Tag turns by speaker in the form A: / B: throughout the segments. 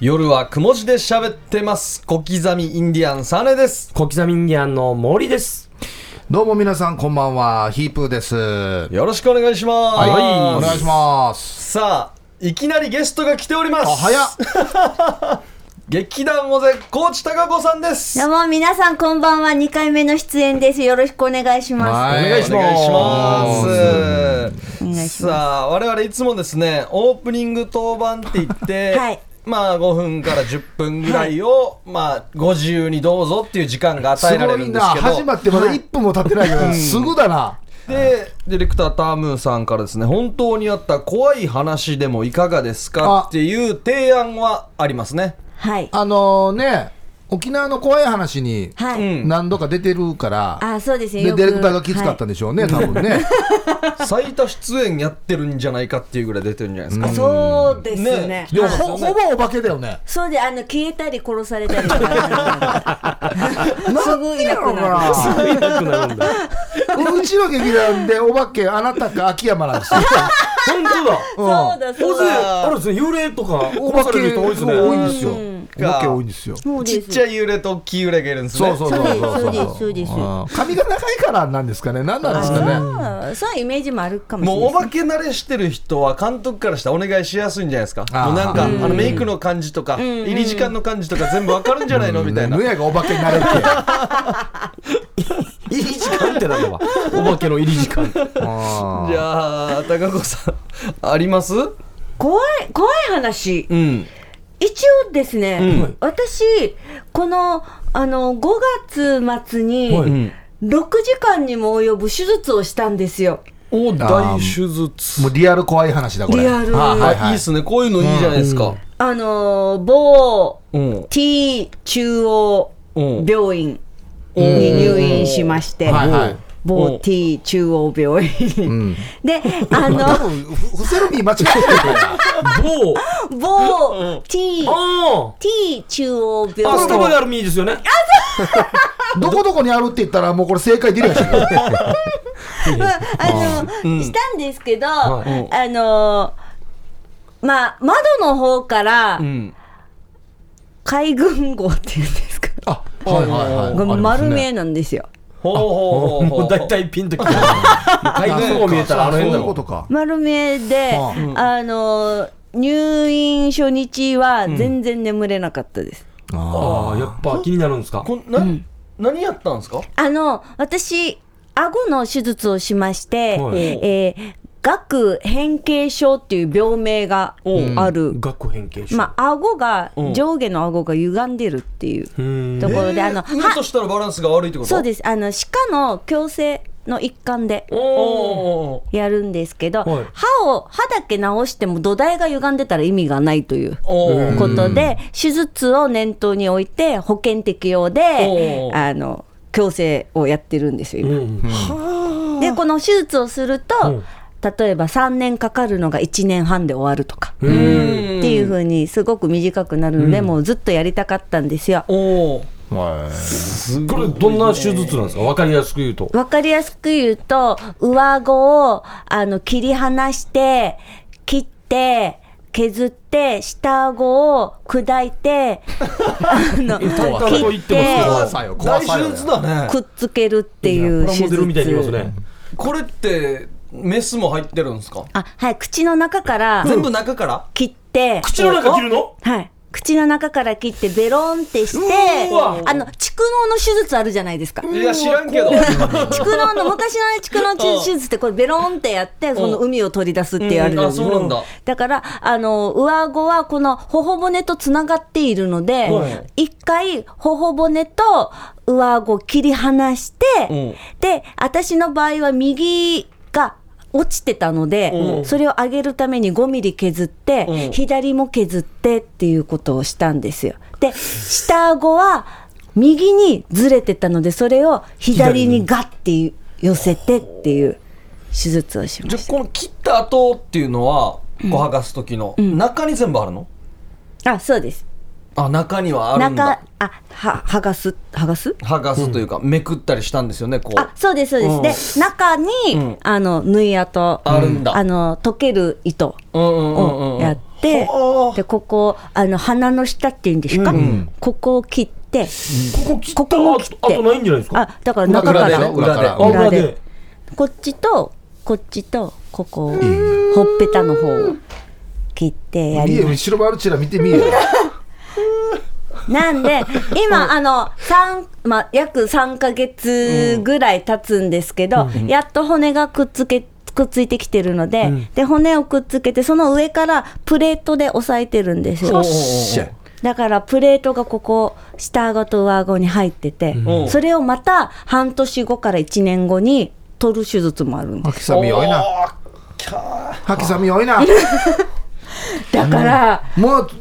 A: 夜はくも字で喋ってます。小刻みインディアンサネです。
B: 小刻みインディアンの森です。
C: どうも皆さんこんばんは、ヒープーです。は
A: よろしくお願いします。
C: お願いします。
A: さあ、いきなりゲストが来ております。
C: あ、早っ。
A: 劇団モゼ、高知貴子さんです。
D: どうも皆さんこんばんは2回目の出演ですよろしくお願いします
C: はい
A: お願いします。
D: お願いします
A: さあ、我々いつもですね、オープニング当番って言って、
D: はい
A: まあ5分から10分ぐらいを、まあご自由にどうぞっていう時間が与
C: す
A: えら
C: ご
A: れる
C: い
A: んで
C: な、
A: すけど、
C: 始まってまだ1分も経ってないけど、すぐだな。
A: で、ディレクタータームーさんからですね、本当にあった怖い話でもいかがですか
C: あ
A: っていう提案はあります ね。
D: はい
C: あのね、沖縄の怖い話に
D: はい、
A: うん
C: 何度か出てるから、
D: あそうですね
C: で
D: よ
C: デ
D: く
C: ィレクターがきつかったんでしょうね、多分 ね。
A: 最多出演やってるんじゃないかっていうぐらい出てるんじゃないですか。
D: はいそうですね
A: ね
C: でも
D: はい
C: ほほぼお化けだよね。
D: そうであの消えたり殺されたりとかすぐいなくなる
C: な
B: 痛くなるんだ。
C: うちの劇団でお化け、あなたか秋山なんですよ。
B: 本当だ。
C: うん
D: そうだそう
B: 大勢
D: だ
B: あれですね、幽霊とか、
C: お
B: お化
C: 化
B: ける
C: け
B: 人多いですね。
C: 多いんですよ。
D: うん
C: お化け多いんですよ。
D: そう
A: ち
D: で
A: っ
D: す
A: ちゃい揺れと大きい揺れがいるんですね。
C: そうそうそうそうそう
D: そうですそうです
C: うん髪が長いからなんですかね。何なんですかね。
D: あーそういうイメージもあるかもしれ
A: も
D: な
A: う
D: いで
A: お
D: すね
A: 化け慣れしてる人は監督からしたらお願いしやすいんじゃないですか。
C: あー
A: もうなんか、あ
C: うん
A: のメイクの感じとか、入り時間の感じとか全部わかるんじゃないのみたいな
C: ぬ。やがお化けになれて。
B: 入り時間ってなんだわ。お化けの入り時間。
A: じゃあ、高子さん、あります
D: 怖い怖い話
A: うん。
D: 一応ですね、
A: うん
D: 私このあの5月末に
B: はい
D: 6時間にも及ぶ手術をしたんですよ
A: お
C: 大
A: 手術。
C: もうリアル怖い話だこれ。
D: リアル
C: あは
A: あ、いい
C: い
A: っ
C: はい。
A: すね。こういうのいいじゃないですか。
D: あのー某
A: うん。
D: T 中央
A: うん。
D: 病院に入院しまして、
C: はいはい。
D: 某 T 中央病院、で、あ
C: 多
D: の
C: 分フフセルビー間違えてるから。
B: 某。
D: 某 T
B: あ
D: T 中央病
B: あ。
D: 院
B: あ、スタバにあるミーですよね。
C: どこどこにあるって言ったらもうこれ正解出るやし。
D: まああの、したんですけど、
B: は
D: あのまあ窓の方から
A: うん。
D: 海軍号っていうんですか、
C: あ、はいはいはい。
D: が
C: あります
D: 丸
C: ね
D: 見えなんですよ。
A: ほうほうほうほう。
B: もう大体ピンときた。海軍号見えたらあの辺
C: そ
B: だ
C: ういうこ
B: ろ。
C: とか。
D: 丸見えで、
C: はあ
D: あの入院初日は全然眠れなかったです。
C: あ
B: ああ、やっぱ気になるんですか。
A: こんな、何やったんですか
D: あの私顎の手術をしまして、
B: はい
D: えー顎変形症っていう病名がある。
B: 学変形症。
D: まあ顎が
A: うん
D: 上下の顎が歪んでるっていう
B: うーん
D: ところで、あ
A: え
D: の
A: ー上
D: は
A: としたらバランスが悪いってこと
D: そう
A: す。
D: ですあの歯科の矯正の一環で
A: おー
D: やるんですけど、
B: はい
D: 歯を歯だけ直しても土台が歪んでたら意味がないという。
A: おー
D: ことで、手術を念頭に置いて、保険適用
A: お
D: で、
A: う
D: あの、矯正をやってるんですよ、
B: う
D: 今。
B: ん。
D: で、この手術をすると、
B: うん
D: 例えば3年かかるのが1年半で終わるとか、
B: う
A: うんん
D: っていうふうにすごく短くなるので、もうずっとやりたかったんですよ。
A: おー
C: あ。はい。
B: これどんな手術なんですか。わかりやすく言うと。
D: わかりやすく言うと、上顎をあの切り離して、切って、削って、下顎を砕いて、あ の、
B: 淡々と
D: 切
B: 言っます
D: って
B: け
D: て
B: ど、
C: 怖さよ。怖
A: 大
C: さよ
A: 手。術だね。
D: くっつけるってい
B: プ
D: う
B: ラ
D: 手
B: モデルみたいに言います
D: 術。
B: ね。
A: これって、メスも入ってるんですか
D: あ、はい、口の中から
A: 全部中から
D: 切って、
B: 口の中切るの？
D: はい。口の中から切って、ベロンってし
B: う
D: て
B: ーわ、
D: あの、蓄能の手術あるじゃないですか。
A: いや、知らんけど。
D: 蓄能の昔のね蓄能手術ってこれベロンってやってその海を取り出すって言われる
A: うんあそうなんだ
D: からあの上顎はこの頬骨とつながっているので
A: うん
D: 一回頬骨と上顎を切り離して
A: うん
D: で私の場合は右が落ちてたの
A: う
D: で
A: ん
D: それを上げるために5ミリ削
A: う
D: っ
A: ん
D: て左も削ってっていうことをしたんですよで下顎は右にずれてたのでそれを左にガッて寄せてっていう手術をしま
A: じゃ
D: し
A: あこの切った後っていうのはこう剥がす時の中に全部あるの、
D: たあそうです
A: あ中にはあるん
D: 中
A: だ
D: あは剥がす剥がす
A: 剥がすというか、めくったりしたんですよねこう
D: あそうですそうです、で中に、
A: ん
D: あの縫い跡
A: あるんだ
D: あの溶ける糸
A: うんうんうんうん
D: をやって、
A: ほう
D: でここあの鼻の下っていうんですか、ここを切って、
B: ここ切った
D: ここを切って
B: あとあとないんじゃないですか
D: あだから中から
A: 裏でね裏で
B: あ裏
D: 裏
B: で
D: でこっちとこっちとここをほっぺたの方を切ってや
C: 見
D: り
C: え
D: ます
C: よ後ろマルチラ見てみえよ
D: なんで、今、あの、三、まあ、約3ヶ月ぐらい経つんですけど、やっと骨がくっつけ、くっついてきてるので、で、骨をくっつけて、その上からプレートで押さえてるんですよ。だから、プレートがここ、下顎と上顎に入ってて、
A: うん
D: それをまた半年後から1年後に取る手術もあるんです
C: ハキサミ多いなハキサミ多いな
D: だから、
C: もう帰っ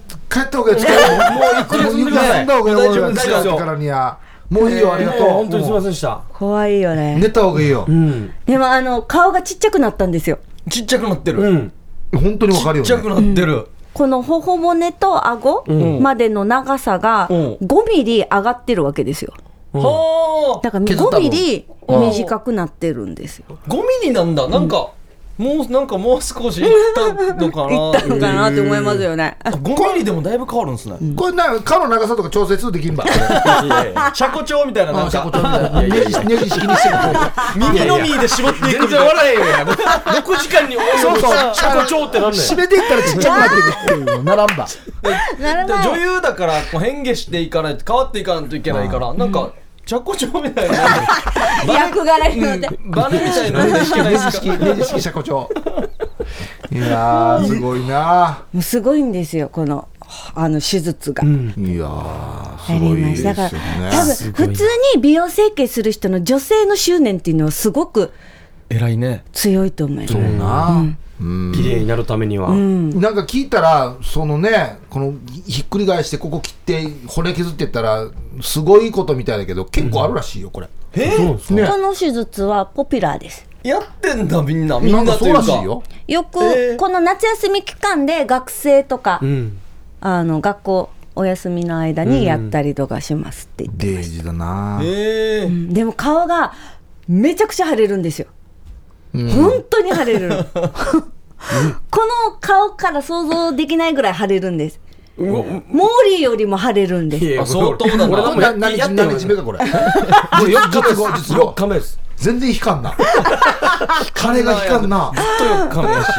C: た方が疲れるもうゆっくり休んだ方がいいよ
A: 大丈夫です
C: 疲
A: よ
C: れたからにはもういいよありがとう
B: 本当にすみませんでした
D: 怖いよね。
C: 寝た方がいいよ
B: うん
D: でも、あの、顔がちっちゃくなったんですよ。
A: ちっちゃくなってる、
B: うん
C: 本当にわかるよ
A: ちっちゃく
C: ね
A: なってる、
D: この頬骨と顎までの長さが
A: うん
D: 5ミリ上がってるわけですよ。
A: はあ
D: だから
A: 削った
D: 5
A: 分
D: ミリ短くなってるんですよ。
A: 5ミリなんだなんか、もうなんかもう少しいったのかな
D: いったのかなって思いますよね。
A: 5ミリでもだいぶ変わるんですね、
C: これな歯の長さとか調節できんば
A: 車庫帳みたいななんか
C: 車庫帳みたいなネジネジ式にしてる
A: 耳のみで絞っていくみたいな
B: 笑えよ6時間にそうそう車庫帳ってなんだ
C: 締めていったらちっちゃくなっていくって いうの並んば
D: なら
A: 女
D: ない。
A: 優だからこう変化していかないと変わっていかないといけないからなんか車庫帳みたいな
D: 役柄によって。
A: バネみたいな のでしかない
C: ネ
A: で
C: ジ
A: す
C: 式
A: か
C: ネジ式車庫帳いやーすごいな
D: もうすごいんですよ、この、あの手術が。
C: いやー
D: や
C: す
D: り
C: ごい
D: ま
C: で
D: し
C: す
D: た
C: よ
D: だ
C: ね
D: から、多分、普通に美容整形する人の女性の執念っていうのはすごく
A: 偉いね
D: 強いと思います。
C: な
B: 綺麗になるためには
C: なんか聞いたらそのねこのひっくり返してここ切って骨削ってったらすごいことみたいだけど結構あるらしいよこれ、
A: え
B: そうですね
D: この手術はポピュラーです。
A: やってんだみんなみん
C: なんか
A: なとい
C: そ
A: うう
C: ら
A: か
C: しいよ
D: よく、
A: えー
D: この夏休み期間で学生とか、あの学校お休みの間にやったりとかしますって言って、
C: デージだな
A: えー
D: でも顔がめちゃくちゃ腫れるんですよ、本当に腫れるのこの顔から想像できないぐらい腫れるんですモーリーよりも腫れるんです
B: いや
A: あ相当だな
B: 俺なん
C: これ
B: か
C: な何日何日目 かこれこれ4日目後術
B: 4
C: 後
B: 日目です
C: 全然引か んな彼が引かんな
A: ずっとよく噛むやし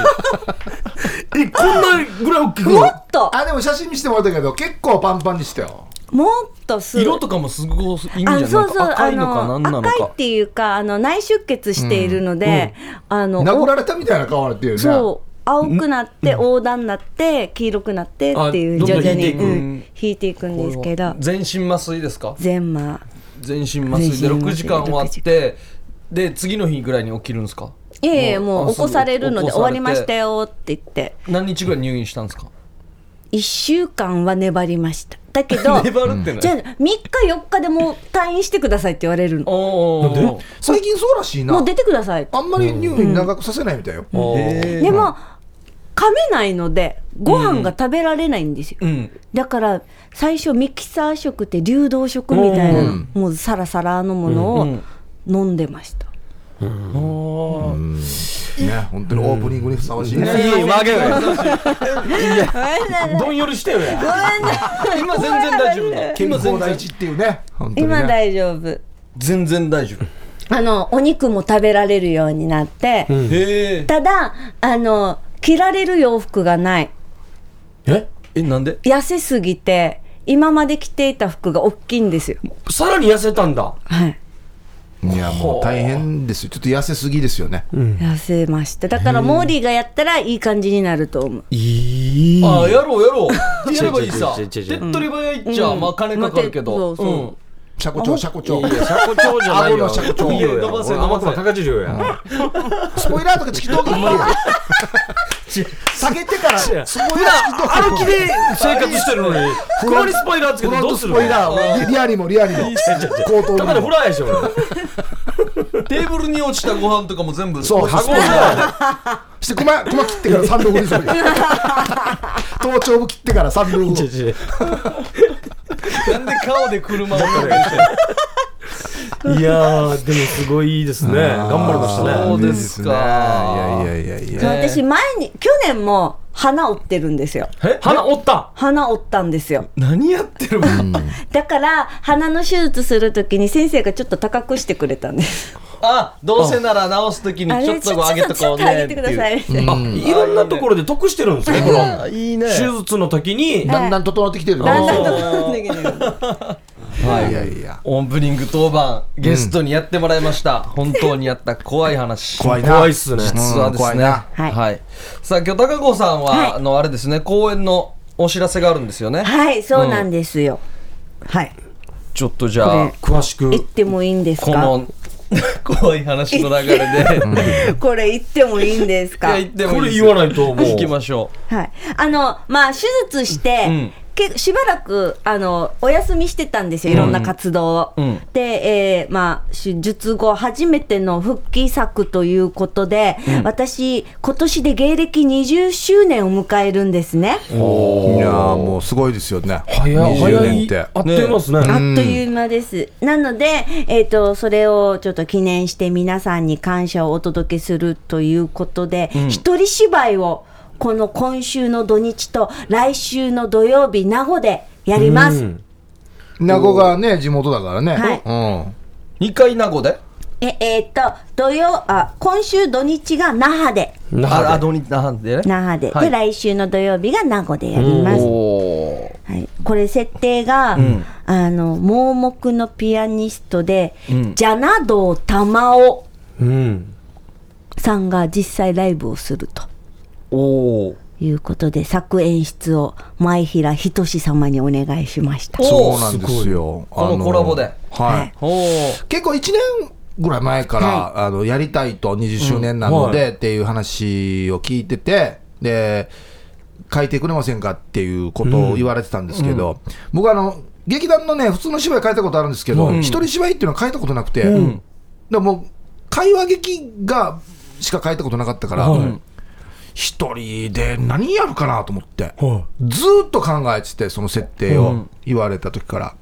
B: えこんなぐらい大きく
D: もっと
C: あでも写真見せてもらったけど結構パンパンにしたよ
D: もっとす
A: 色とかもすごいいいんじゃない
D: あそうそう
A: なんか赤いのか
D: あ
A: 何なの
D: 赤い
A: か
D: っていうかあの内出血しているので、あの
C: 殴られたみたいな顔だっていうね
D: そう青くなって横断になって黄色くなってっていう
B: あ
D: 徐
B: どんどん
D: 々に
B: 引いてい
A: く
D: うん引いていくんですけど
A: 全身麻酔ですか
D: 全麻
A: 全身麻酔で
D: 全身麻酔
A: 6時間終わってで次の日ぐらいに起きるんですか
D: いえいえも
A: あ
D: う起こされるの
A: そう
D: で終
A: 起こ
D: わ
A: され
D: り
A: て
D: ましたよって言って
A: 何日ぐらい入院したんですか
D: 1週間は粘りましただけ ど
A: 粘るってね
D: じゃあ3日4日でもう退院してくださいって言われるの
A: おー
B: なんで
C: 最近そうらしいな
D: もう出てくださいって
C: あんまり入院長くさせないみたいよ、
A: えー
D: でも噛めないのでご飯が食べられないんですよ、
A: うん
D: だから最初ミキサー食って流動食みたいな、
C: うん
D: もうサラサラのもの
A: う
D: を
A: ん
D: 飲んでました、
A: あ
C: ね本当にオープニングにふさわしいね、
B: いいわけない
D: ごめんなさい
B: どんよりしてよね
D: ごめんなさ
A: ー
D: い
A: 今全然大丈夫 だ
C: 健
A: 今
C: 康
A: 全
C: 第
A: 然
C: 一っていうね本当にね
D: 今大丈夫
A: 全然大丈夫
D: あのお肉も食べられるようになって、
A: へえ
D: ただあの着られる洋服がない
B: え
A: えなんで
D: 痩せすぎて今まで着ていた服が大きいんですよ
B: さらに痩せたんだ
D: はい
C: いやもう大変ですよちょっと痩せすぎですよね、
D: 痩せましただからモーリーがやったらいい感じになると思う
B: いい
A: ああやろうやろうやればいいさ
B: 違う
A: 手
B: 違う違う違う
A: っ取り早いっちゃまあ金かかるけ
D: そ
A: ど
D: うそう
C: 車庫帳車庫帳
B: 車庫帳じゃないよ
C: 顎の車庫帳
B: いいよ
A: 伸ばせ
B: 俺
A: 伸ば
B: 天
A: せ
B: 熊高知城や
C: スポイラーとかチキトーク無 理よ下げてから
B: 違う
C: スポイラー
B: 歩きで生活してるのにフロにスポイラーつけ
C: フ
B: て
C: ロ
B: ど
C: ント
B: うす
C: ス
B: る
C: ポ
B: の
C: イラーはリアにもリアにも口頭
B: だから
C: に
B: フ
C: も
B: ラーやしょ俺
A: うんテーブルに落ちたご飯とかも全部
C: そう
A: 箱
C: 箱してクマクマ切ってから3秒後にするよ頭頂部切ってから3秒後
B: 違う違う
A: 顔で車を撮る
B: いやー、でもすごいいいですね。頑張りました
A: そ
B: ね。
A: うですか
C: いやいやいやいや。
D: 私前に去年も花折ってるんですよ
B: え鼻折った
D: 花折ったんですよ
A: 何やってるの
D: だから鼻の手術するときに先生がちょっと高くしてくれたん です
A: あどうせなら直すときに
D: あ
A: ちょっ
D: れ
A: と上げと
D: ち
A: こ
D: ょっ
A: う
D: と上
A: ね
D: げてくださいって
B: あ、いろんなところで得してるんですね、この。
A: あいいね
B: 手術の時に、
C: だんだん整ってきてるの。
D: だんだん
C: い
D: とこんだけど
A: はい
C: やいや。
A: オープニング当番ゲストにやってもらいました、本当にやった怖い話
C: 怖いな。
B: 怖いっすね。
A: 実は
C: うん
A: です
C: 怖い
A: ね、
C: な
A: は、
D: はいい
A: さあ今日高子さんは、
D: はい
A: あのあれですね公演のお知らせがあるんですよね、
D: はいそうなんですよ、はい
A: ちょっとじゃあ
D: こ
B: 詳しく。
D: 行ってもいいんです
A: こ
D: か
A: の 怖い話の流れで、
D: これ行ってもいいんです
A: い
D: か
A: や言っても
B: こ
A: い
B: れ
A: いです
B: 言わないと、もう。
A: 聞きましょ
D: はい、あのまあ手術して、
A: うん
D: けしばらくあのお休みしてたんですよいろんな活動を。
A: うん
D: で、えーまあ、手術後初めての復帰作ということで、私今年で芸歴20周年を迎えるんですね。
C: いやーもうすごいですよね。
B: 早い、
C: 20
B: 早
C: 年っ
B: い
C: て。。
B: 合ってますね。
D: あっという間です。なので、えっ、と、それをちょっと記念して皆さんに感謝をお届けするということで、一人芝居をこの今週の土日と来週の土曜日、名護でやります。
B: うん
C: 名護がね地元だからね。
D: はい
C: うん。
A: う2回名護で
D: え、えっ、と、土曜、あ、今週土日が那覇で、
B: 那覇で
A: ああどに那覇でね
D: 那覇で、
A: はい
D: で、来週の土曜日が名護でやります。
A: おー
D: はい、これ設定が、
A: ん
D: あの盲目のピアニストで、
A: うん
D: ジャナドー玉緒
B: うん。
D: さんが実際ライブをすると
A: おー
D: いうことで作演出を前平仁様にお願いしました
A: お
C: そうなんですよ。
A: すごいこの
C: あ
A: コラボで
C: は
D: はいい。
A: おー
C: 結構1年ぐらい前から、あのやりたいと20周年なの
B: うん
C: で、っていう話を聞いててで書いてくれませんかっていうことを言われてたんですけど、僕あの劇団のね普通の芝居書いたことあるんですけど、
A: うん
C: 一人芝居っていうのは書いたことなくて、でも会話劇がしか書いたことなかったから、
B: はい
C: 一人で何やるかなと思って。
B: は
C: ずーっと考えてて、その設定
A: う
C: を
A: ん
C: 言われた時か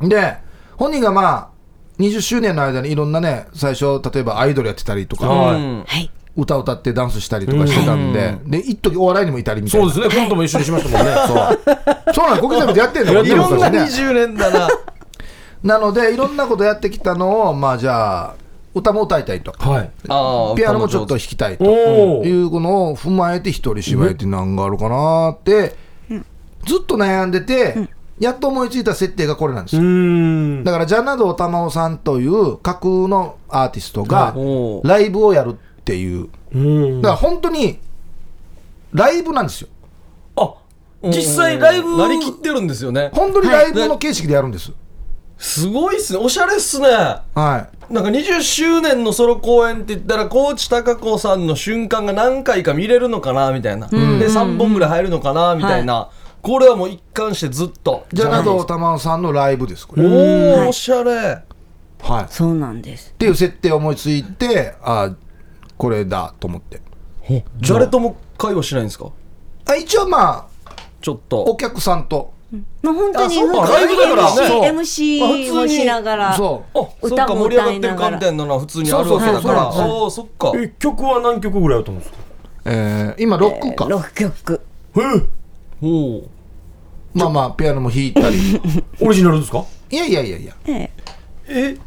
C: ら。で、本人がまあ、20周年の間にいろんなね、最初、例えばアイドルやってたりとか、
B: はい
A: うん
D: はい
C: 歌歌ってダンスしたりとかしてたんで、で、一時お笑いにもいたりみ
B: い
C: たい
B: そうで
C: な。
B: すね、コントも一緒にしましたもんね。
C: そう。そうなの、コケタミでやってんの
B: やっ
A: い
B: てます
A: ろんな
C: からね
A: 20年だな
C: なので、いろんなことやってきたのを、まあじゃあ、歌も歌いたいと。
B: はい。
A: あー
C: ピアノもちょっと弾きたいと。
B: お
C: い
B: ー。
C: うのを踏まえて一人芝居って何があるかなーって、ずっと悩んでて、やっと思いついた設定がこれなんで
B: う
C: すよ、
B: ん。
C: だからジャナドー玉緒さんという架空のアーティストが
A: おー
C: ライブをやるっていう
B: うん
C: だから本当にライブなんですよ
B: あ、実際ライブ。
A: なりきってるんですよね
C: 本当にライブの形式でやるんです
A: すごいっすねおしゃれっすね
C: は
A: なんか20周年のソロ公演って言ったら高知貴子さんの瞬間が何回か見れるのかなみたいな、で3本ぐらい入るのかなみたいな、これはもう一貫してずっと
C: いジャナドー玉緒さんのライブですこ
A: お
C: れ、
A: ー、
D: はい
A: おしゃれ
C: はい、っ
D: そうなんです
C: ていう設定を思いついてあこれだと思って
A: 誰とも会話しないんですか
C: あ一応まあ
A: ちょっ
C: お
A: と
C: 客さんと
D: まあ本当に
A: あそうか
D: 普
A: ライブだからね
D: 通に
A: そう
D: MC,
A: まあ普通
D: を
A: に
D: しながら
C: そ
A: あそう
D: 歌
A: か
D: も
A: 盛り上
D: 歌
A: がっ
D: い
A: てる
D: な
A: か
D: が
A: み
D: ら
A: たいなのは普通にあるわけだからあ
D: そうそうそう
A: ーそっか
B: え、曲は何曲ぐらい歌うんですか
C: えー今6か、
D: 6曲
A: おー
C: まあまあペアノも弾いたり
B: オリジナルですか
C: いやいやいやいや
D: ええ
A: え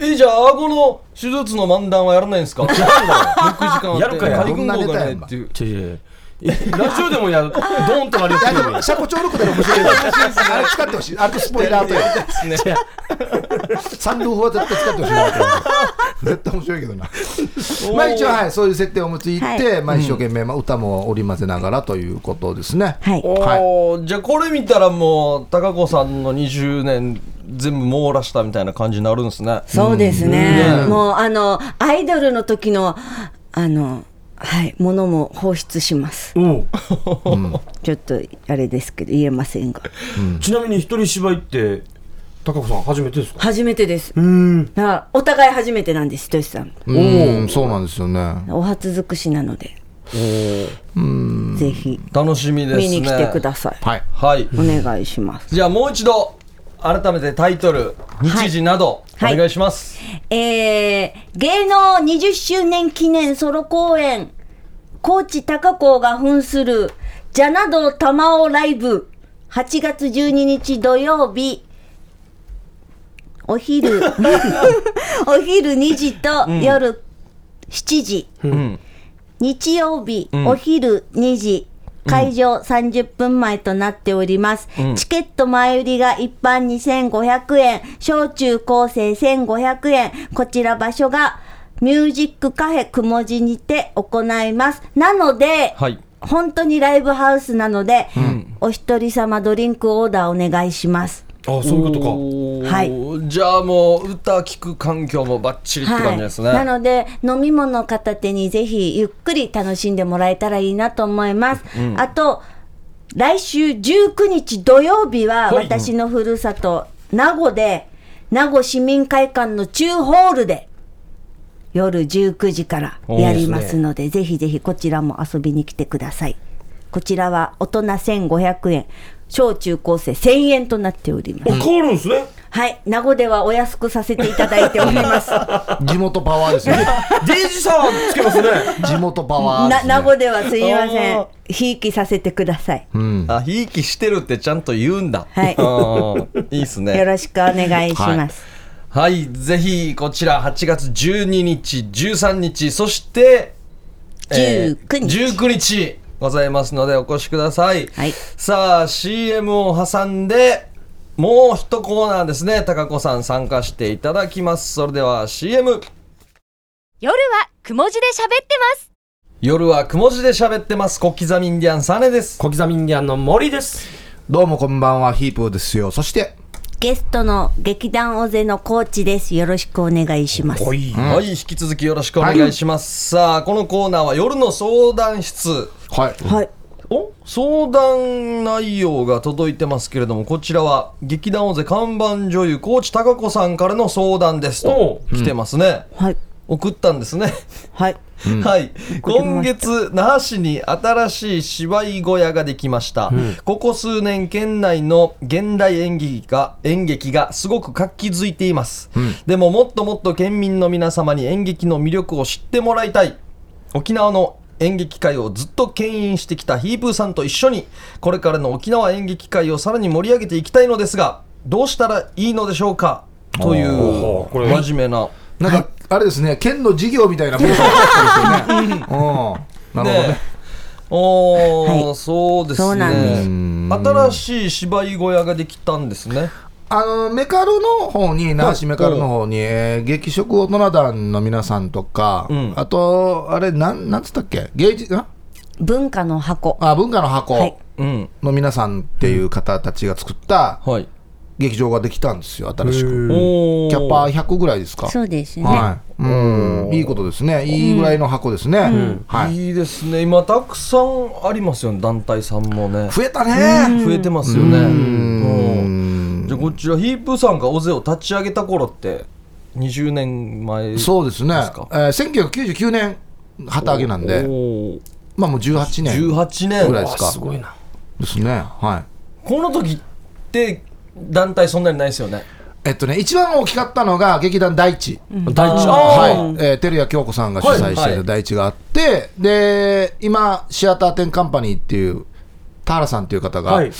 A: えじゃあ顎の手術の漫談はやらないんです か ?6 時間あって
B: やるかや
A: 仮軍号がねっていう
B: 違う違う違うラジオでもやる、ドーンとなりやすいよね
C: 車庫聴力で面白いあれ使ってほしいあれとスポイラーとや
A: ですね
C: サンルーフは絶対使ってほしいな絶対面白いけどなまあ一応はいそういう設定を思いついて、
D: はい
C: まあ一生懸命、まあ、歌も織り交ぜながらということですね
D: はい
A: おーじゃあこれ見たらもう高子さんの20年全部網羅したみたいな感じになるんですね
D: そうですね、
A: うん
D: もうあのアイドルの時のあのはいものも放出します
B: おう
D: ちょっとあれですけど言えませんが
B: ちなみに一人芝居って、高子さん初めてですか
D: 初めてです
B: うーん。
D: だからお互い初めてなんですとしさん
C: うんそうなんですよね
D: お初尽くしなのでぜひ
A: 楽しみですね
D: 見に来てください、
C: はい
A: はい
D: お願いします
A: じゃあもう一度改めてタイトル、日時など、お
D: はい
A: 願いします。
D: えー芸能20周年記念ソロ公演、高知高校が扮する、ジャナド玉尾ライブ、8月12日土曜日、お昼、 お昼2時と夜7時、
A: うん。
D: 日曜日、
A: ん
D: お昼2時、会場30分前となっております。
A: ん
D: チケット前売りが一般2500円、小中高生1500円、こちら場所がミュージックカフェくもじにて行います。なので、
A: はい
D: 本当にライブハウスなので、お一人様ドリンクオーダーお願いします。
B: あそういうことか
D: はい
A: い。じゃあもう、歌聞く環境もバッチリって感じですね。
D: なので飲み物片手にぜひゆっくり楽しんでもらえたらいいなと思います、あと来週19日土曜日は
B: はい
D: 私のふるさと名護で名護市民会館の中ホールで夜19時からやりますのでぜひぜひこちらも遊びに来てくださいこちらは大人1500円小中高生1000円となっております、
B: あ変わるんですね
D: はい名護ではお安くさせていただいております
C: 地元パワーですね。
B: デイジさんつけますね
C: 地元パワーで
D: な
C: すね。
D: 名護ではすいませ
A: あ
D: ん
A: ー
D: ひいきさせてください、
A: あ、ひいきしてるってちゃんと言うんだ。
D: はい
A: うんいいっすね。
D: よろしくお願いします、
A: はい、ぜひこちら8月12日、13日、そして、
D: 19日
A: 19日ございますのでお越しください。
D: はい
A: さあ、CM を挟んで、もう一コーナーですね、高子さん参加していただきます。それでは CM。
E: 夜はくも字で喋ってます
A: 夜はくも字で喋ってます。小刻みインディアンサネです。
B: 小刻みインディアンの森です
C: どうもこんばんは、ヒープーですよ。そして、
D: ゲストの劇団尾瀬のコーチですよろしくお願いします
B: おい
A: はい、引き続きよろしくお願いします。さあ、このコーナーは夜の相談室
C: はい。
D: はい
A: お相談内容が届いてますけれどもこちらは劇団大勢看板女優高知貴子さんからの相談ですと
B: お
A: 来てますね、
D: はい
A: 送ったんですね
D: はい
A: はい今月那覇市に新しい芝居小屋ができました、ここ数年県内の現代演劇が演劇がすごく活気づいています、でももっともっと県民の皆様に演劇の魅力を知ってもらいたい沖縄の演劇界をずっと牽引してきたヒープーさんと一緒にこれからの沖縄演劇界をさらに盛り上げていきたいのですがどうしたらいいのでしょうかとい
B: お
A: う
B: ーこれ
A: 真面目な
C: なんか、あれですね、県の事業みたいなことがあったんですよね。うん。なるほどね。
A: おー、
D: はい
A: そうですね
D: そうなんです
A: 新しい芝居小屋ができたんですね
C: あのメカルの方に、那覇市メカルの方に、えー劇食大人団の皆さんとか、
A: ん
C: あと、あれ、なんなんつったっけ、芸術あ
D: 文化の箱
C: あ文化の箱
D: はい
A: うん
C: の皆さんっていう方たちが作った
A: はい
C: 劇場ができたんですよ、新しく。
A: お
C: キャッパー100ぐらいですか。
D: そうですね、
C: はい、うん、いいことですね、いいぐらいの箱ですね。はい、
A: いいですね今たくさんありますよね団体さんもね
C: 増えたね。
A: 増えてますよね
C: う
A: うん
C: ん
A: じゃあこちらヒープーさんが尾瀬を立ち上げた頃って20年前
C: そうですね、え
A: ですか
C: ー、1999年旗揚げなんで、
A: おー
C: まあもう18年
A: 18年
C: ぐらいですか。
B: すごいな
C: ですね。はい。
A: この時って団体そんなにないですよね
C: えっとね、一番大きかったのが劇団大地、
B: 大地
C: はいえー照屋京子さんが主
A: はい
C: 催してい
A: は
C: た
A: い
C: 大地があって、で今、シアターテンカンパニーっていう、田原さんという方が、
B: はい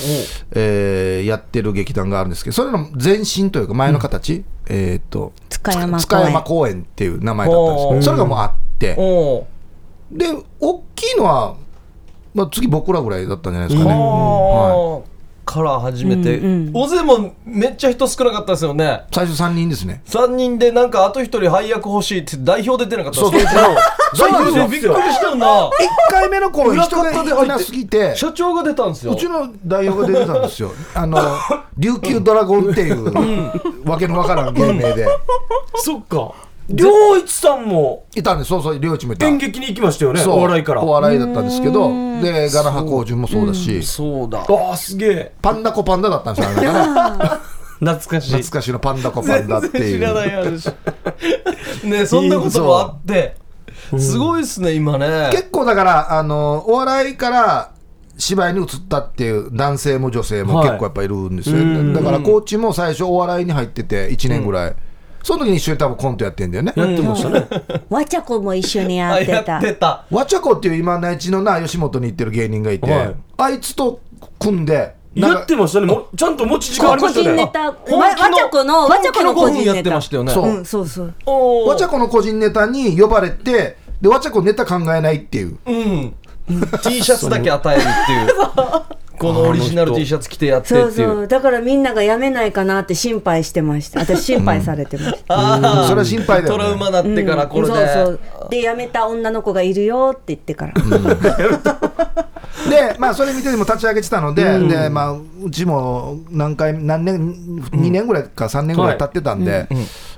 C: えーやってる劇団があるんですけど、それの前身というか、前の形、えーっと
D: 塚山公園
C: 塚山公園っていう名前だったんですけ
A: おー
C: ど、それがもうあって、
A: おー
C: で大きいのは、まあ、次、僕らぐらいだったんじゃないですかね。
A: あーから始めて、大勢もめっちゃ人少なかったですよね
C: 最初3人ですね。
A: 3人でなんかあと1人配役欲しいって代表出てなかった
C: そうそう
A: ですか
C: そうなんですよ
A: びっくりしたよな
C: 一回目の頃
A: 裏
C: 人
A: 方で入って
C: がいなすぎて
A: 社長が出たんですよ
C: うちの代表が出てたんですよ、あ の琉球ドラゴンっていうわけのわからん芸名で、
B: そっか良一さんも
C: いたんです、そうそう、両一もいた、
B: 演劇に行きましたよね
C: そう
B: お笑いから
C: お笑いだったんですけど、で、ガラハ工順もそうだし、
A: そうだ
B: ああすげえ
C: パンダコパンダだったんですよ、あれがね
B: 懐かしい
C: 懐かしのパンダコパンダってい
A: 知らな
C: う。
A: い話ねそんなこともあってすごいっすね今ね
C: 結構だから、あのお笑いから芝居に移ったっていう男性も女性も
B: はい
C: 結構やっぱいるんですよ、
B: うん
C: だからコーチも最初お笑いに入ってて1年ぐらい、その時に一緒に多分コントやってんだよね、
B: やってましたね。
D: わちゃこも一緒にや
A: あ
D: って
A: や
D: た
A: ってた
C: わちゃこっていう今のうちのな吉本に行ってる芸人がいて、
B: はい
C: あいつと組んでなんか
B: やってましたね。もうちゃんと持ち時間あり
D: 個
B: ました
D: 人
B: よ
D: ネ
B: ね。
D: タわ
A: 本
D: わ
A: 気の
D: ちゃこのわちゃこの個
A: 本気の5分
D: 人
A: や
D: ネ
A: って
D: タ
A: ましたよね
C: そう
D: うんそうそう
A: おー
C: わちゃこの個人ネタに呼ばれてでわちゃこネタ考えないっていう
A: うん T シャツだけ与えるっていう このオリジナル T シャツ着てやってってい
D: そううそうだからみんながやめないかなって心配してました私心配されてました
A: あー
C: それは心配だよね
A: トラウマなってからこれで、
D: そうそうで辞めた女の子がいるよって言ってから、
C: で、まあ、それ見てても立ち上げてたので、でまあ、うちも何回、何年、2年ぐらいか3年ぐらい経ってたんで、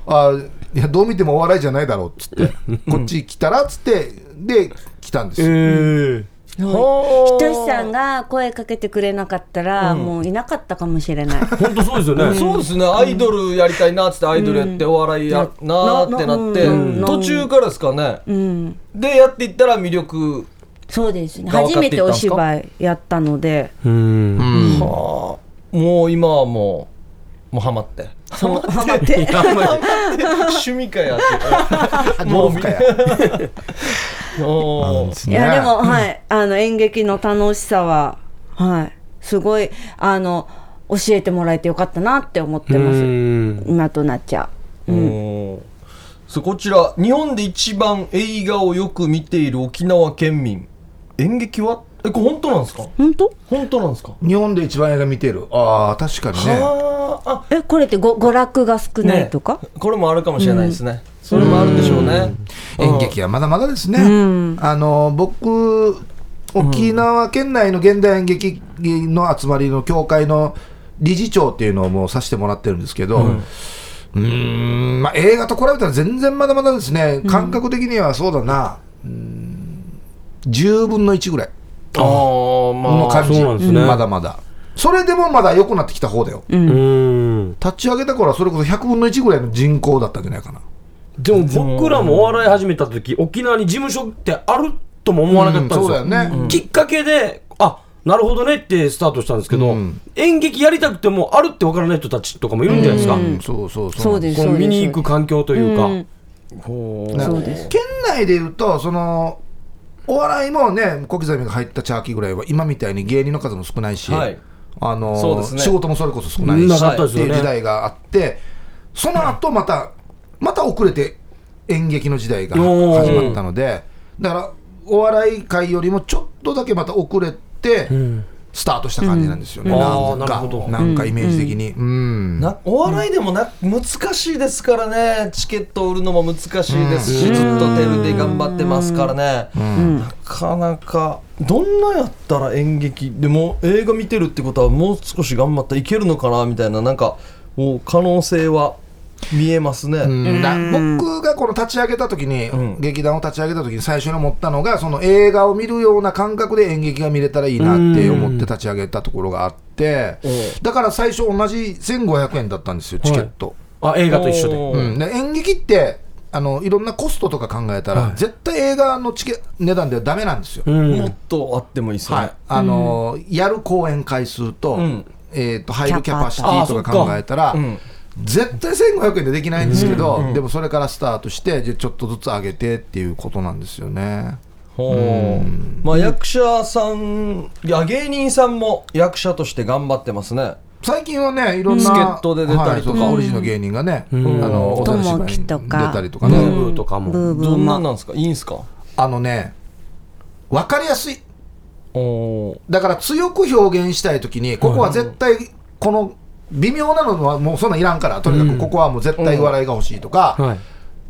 C: あいやどう見てもお笑いじゃないだろうっつって、こっち来たらっつって、で、来たんですよ。
B: え
A: ほ
D: ひ
A: ー
D: としさんが声かけてくれなかったら、もういなかったかもしれない。
B: え本当そうですよね。
A: そうですね、アイドルやりたいなっつってアイドルやってお笑いや
D: うん
A: なーってなって
D: なな
A: 途中からですかね
D: うん、
A: でやっていったら魅力
D: そうですね。
A: が分
D: 初
A: かって
D: め
A: いったんです
D: て
A: か
D: お芝居やったので、
B: うん。
C: うん
A: はあもう今はもうもうハマって
D: そうハマって。
A: 趣味かやって
C: ゴルフかや
A: おー
D: いやでも、はい、あの演劇の楽しさは、はい、すごいあの教えてもらえてよかったなって思ってます。
B: ん。
D: 今となっちゃう。うん、
A: おーそうこちら日本で一番映画をよく見ている沖縄県民演劇はえこれ本当なんですか
D: 本当？
A: 本当なんですか
C: 日本で一番映画見てる。ああ、確かにね。
A: はああ
D: え、これってご娯楽が少ないとか？
A: これもあるかもしれないですね、それもあるでしょうね
C: 演劇はまだまだですね、
D: ん
C: あの僕沖縄県内の現代演劇の集まりの協会の理事長っていうのをもうさせてもらってるんですけど、うーんまあ、映画と比べたら全然まだまだですね感覚的にはそうだな、うーん、10分の1ぐらい
A: あーまあ
C: の感じ、
B: そうなんですね
C: まだまだそれでもまだ良くなってきた方だよ
B: うん。
C: 立ち上げた頃はそれこそ100分の1ぐらいの人口だったんじゃないかな
B: でも僕らもお笑い始めた時沖縄に事務所ってあるとも思わなかったんですよ,、
C: うんそうだよねうん
B: きっかけであなるほどねってスタートしたんですけど、
C: うん
B: 演劇やりたくてもあるってわからない人たちとかもいるんじゃないですか、
C: うんそうそうそう
D: そうです
B: この見に行く環境というか、
D: うん
C: ね
D: そうです
C: 県内でいうとそのお笑いもね小刻みが入ったチャーキーぐらいは今みたいに芸人の数も少ないし、
A: はい
C: あの
A: そうですね
C: 仕事もそれこそ少ないし
B: なかった
C: っ
B: です
C: て
B: よ
C: いう
B: ね
C: 時代があってその後またまた遅れて演劇の時代が
B: おー
C: 始まったのでだからお笑い界よりもちょっとだけまた遅れてスタートした感じなんですよね、
B: うん
C: な
B: あー
C: ん
B: な
C: か
B: るほど
C: なんかイメージ的に、うん
A: なお笑いでもな難しいですからねチケット売るのも難しいですし、ずっとテレで頑張ってますからね、なかなかどんなやったら演劇でも映画見てるってことはもう少し頑張ったらいけるのかなみたいななんかもう可能性は見えますね、
C: な僕がこの立ち上げた時に、
A: ん
C: 劇団を立ち上げた時に最初に思ったのがその映画を見るような感覚で演劇が見れたらいいなって思って立ち上げたところがあって、だから最初同じ1500円だったんですよチケット、
B: あ映画と一緒で
A: おー
C: うんで演劇ってあのいろんなコストとか考えたら、絶対映画のチケ値段ではダメなんですよ、
B: うん
A: もっとあってもいいですよね、
C: はいあのやる公演回数と,、
A: うん
C: えー、と入るキャパシティとか考えたら、
A: うん
C: 絶対1500円でできないんですけど、でもそれからスタートしてじゃあちょっとずつ上げてっていうことなんですよね。
A: ほうまあ役者さんいや芸人さんも役者として頑張ってますね
C: 最近はねいろんな
A: 助っ人で出たりとか
C: はいそうそうオリジンの芸人がね、あのお試し
D: 友樹
C: に
D: と
C: 出
D: か
C: たりとか
B: ブ
C: ね、
B: ーブーとかも、
D: ブーブ
A: ど
D: ー
A: んな
D: マ
A: ん
D: ン。
A: なんですかいいんすか
C: あのね分かりやすい
A: おー
C: だから強く表現したい時にここは絶対この微妙なのはもうそんなんいらんからとにかくここはもう絶対笑いが欲しいとか、
B: はい、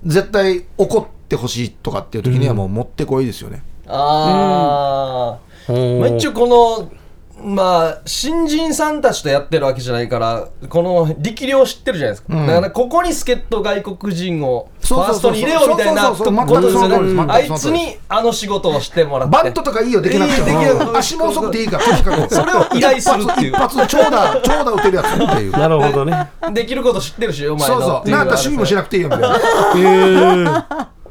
C: 絶対怒ってほしいとかっていう時にはもう持ってこいですよね。
A: あー、まあ、一応このまあ新人さんたちとやってるわけじゃないからこの力量知ってるじゃないですか、
C: うん
A: だからここに助っ人外国人をフ
C: そう
A: ァー
C: そう
A: ス
C: そ
A: ト
C: う
A: に
C: そう
A: 入れようみたいな
C: そうそうそう
A: とことですよね
C: 全くその通りです全くその通り
A: あいつにあの仕事をしてもらって
C: バットとかいいよ、できなくても。
A: いいできなくても
C: 足も遅くていいから、とにかく。
A: それを依頼するっていう
C: 一発、長打、長打打てるやつっていう。
B: なるほどね
A: できること知ってるしお前
C: そう
A: の
C: そ
A: っ
C: う。
A: てい
C: なんだった
A: のは
C: ら趣味もしなくていいよ、みたいな。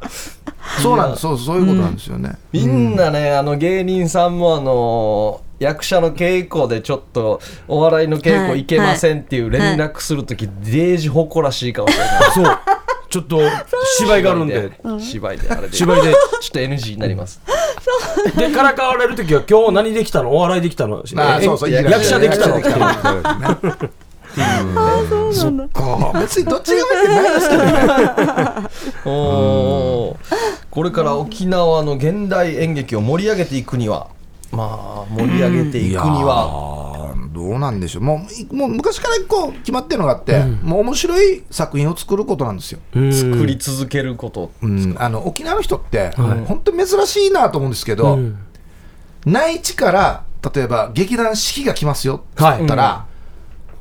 C: そうなんです、そう、そういうことなんですよね。
A: みんなね、あの芸人さんもあの役者の稽古でちょっとお笑いの稽古行けませんっていう連絡するとき、デージ誇らしい顔してるな
B: そう。ちょっと芝居があるんで。
A: 芝居であれで
B: 芝居で
A: ちょっと NG になります
B: で、からかわれるときは今日何できたのお笑いできたの
C: まあ、そうそう、
B: え役者できたの
C: 役者できたのそっか、別にどっちが悪くないですけどね。
A: おーこれから沖縄の現代演劇を盛り上げていくにはまあ盛り上げていくには
C: はどうなんでしょうもういもう昔から一個決まってるのがあって、もう面白い作品を作ることなんですよ、
A: 作り続けること
C: うんあの沖縄の人って、本当珍しいなと思うんですけど、内地から例えば劇団四季が来ますよって言ったら、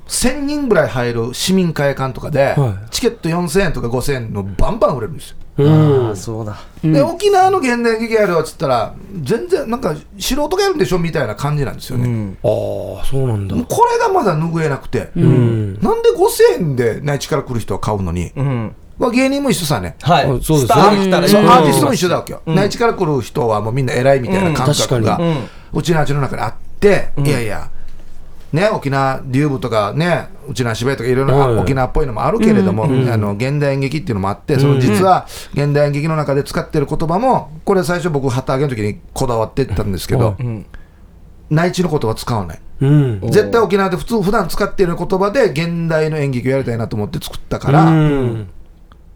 C: 1000人ぐらい入る市民会館とかで、
B: はい
C: チケット4000円とか5000円のバンバン売れるんですよ、
B: うん。
A: そうだ
C: で沖縄の現代劇やるわっつったら全然なんか素人がやるんでしょみたいな感じなんですよね、
B: ああ、そうなんだ
C: もう。これがまだ拭えなくて、
B: うん。
C: なんで5000円で内地から来る人は買うのに、
A: うん
C: まあ、芸人も一緒さね、
A: はい
B: あそうですね
A: スターが来たら
C: そう
A: うん
C: アーティストも一緒だわけよ、内地から来る人はもうみんな偉いみたいな感覚が、
B: う
C: うん
A: 確かに
C: ちの味の中であって、いやいや、ね、沖縄竜舞とかね、うちの芝居とかいろいろ
B: はい
C: な沖縄っぽいのもあるけれども、あの現代演劇っていうのもあって、その実は現代演劇の中で使ってる言葉も、これ、最初、僕、旗揚げの時にこだわってったんですけど、
A: ん
C: 内地の言葉使わない。
B: うん。
C: 絶対沖縄で普通普段使っている言葉で現代の演劇をやりたいなと思って作ったから、
B: うん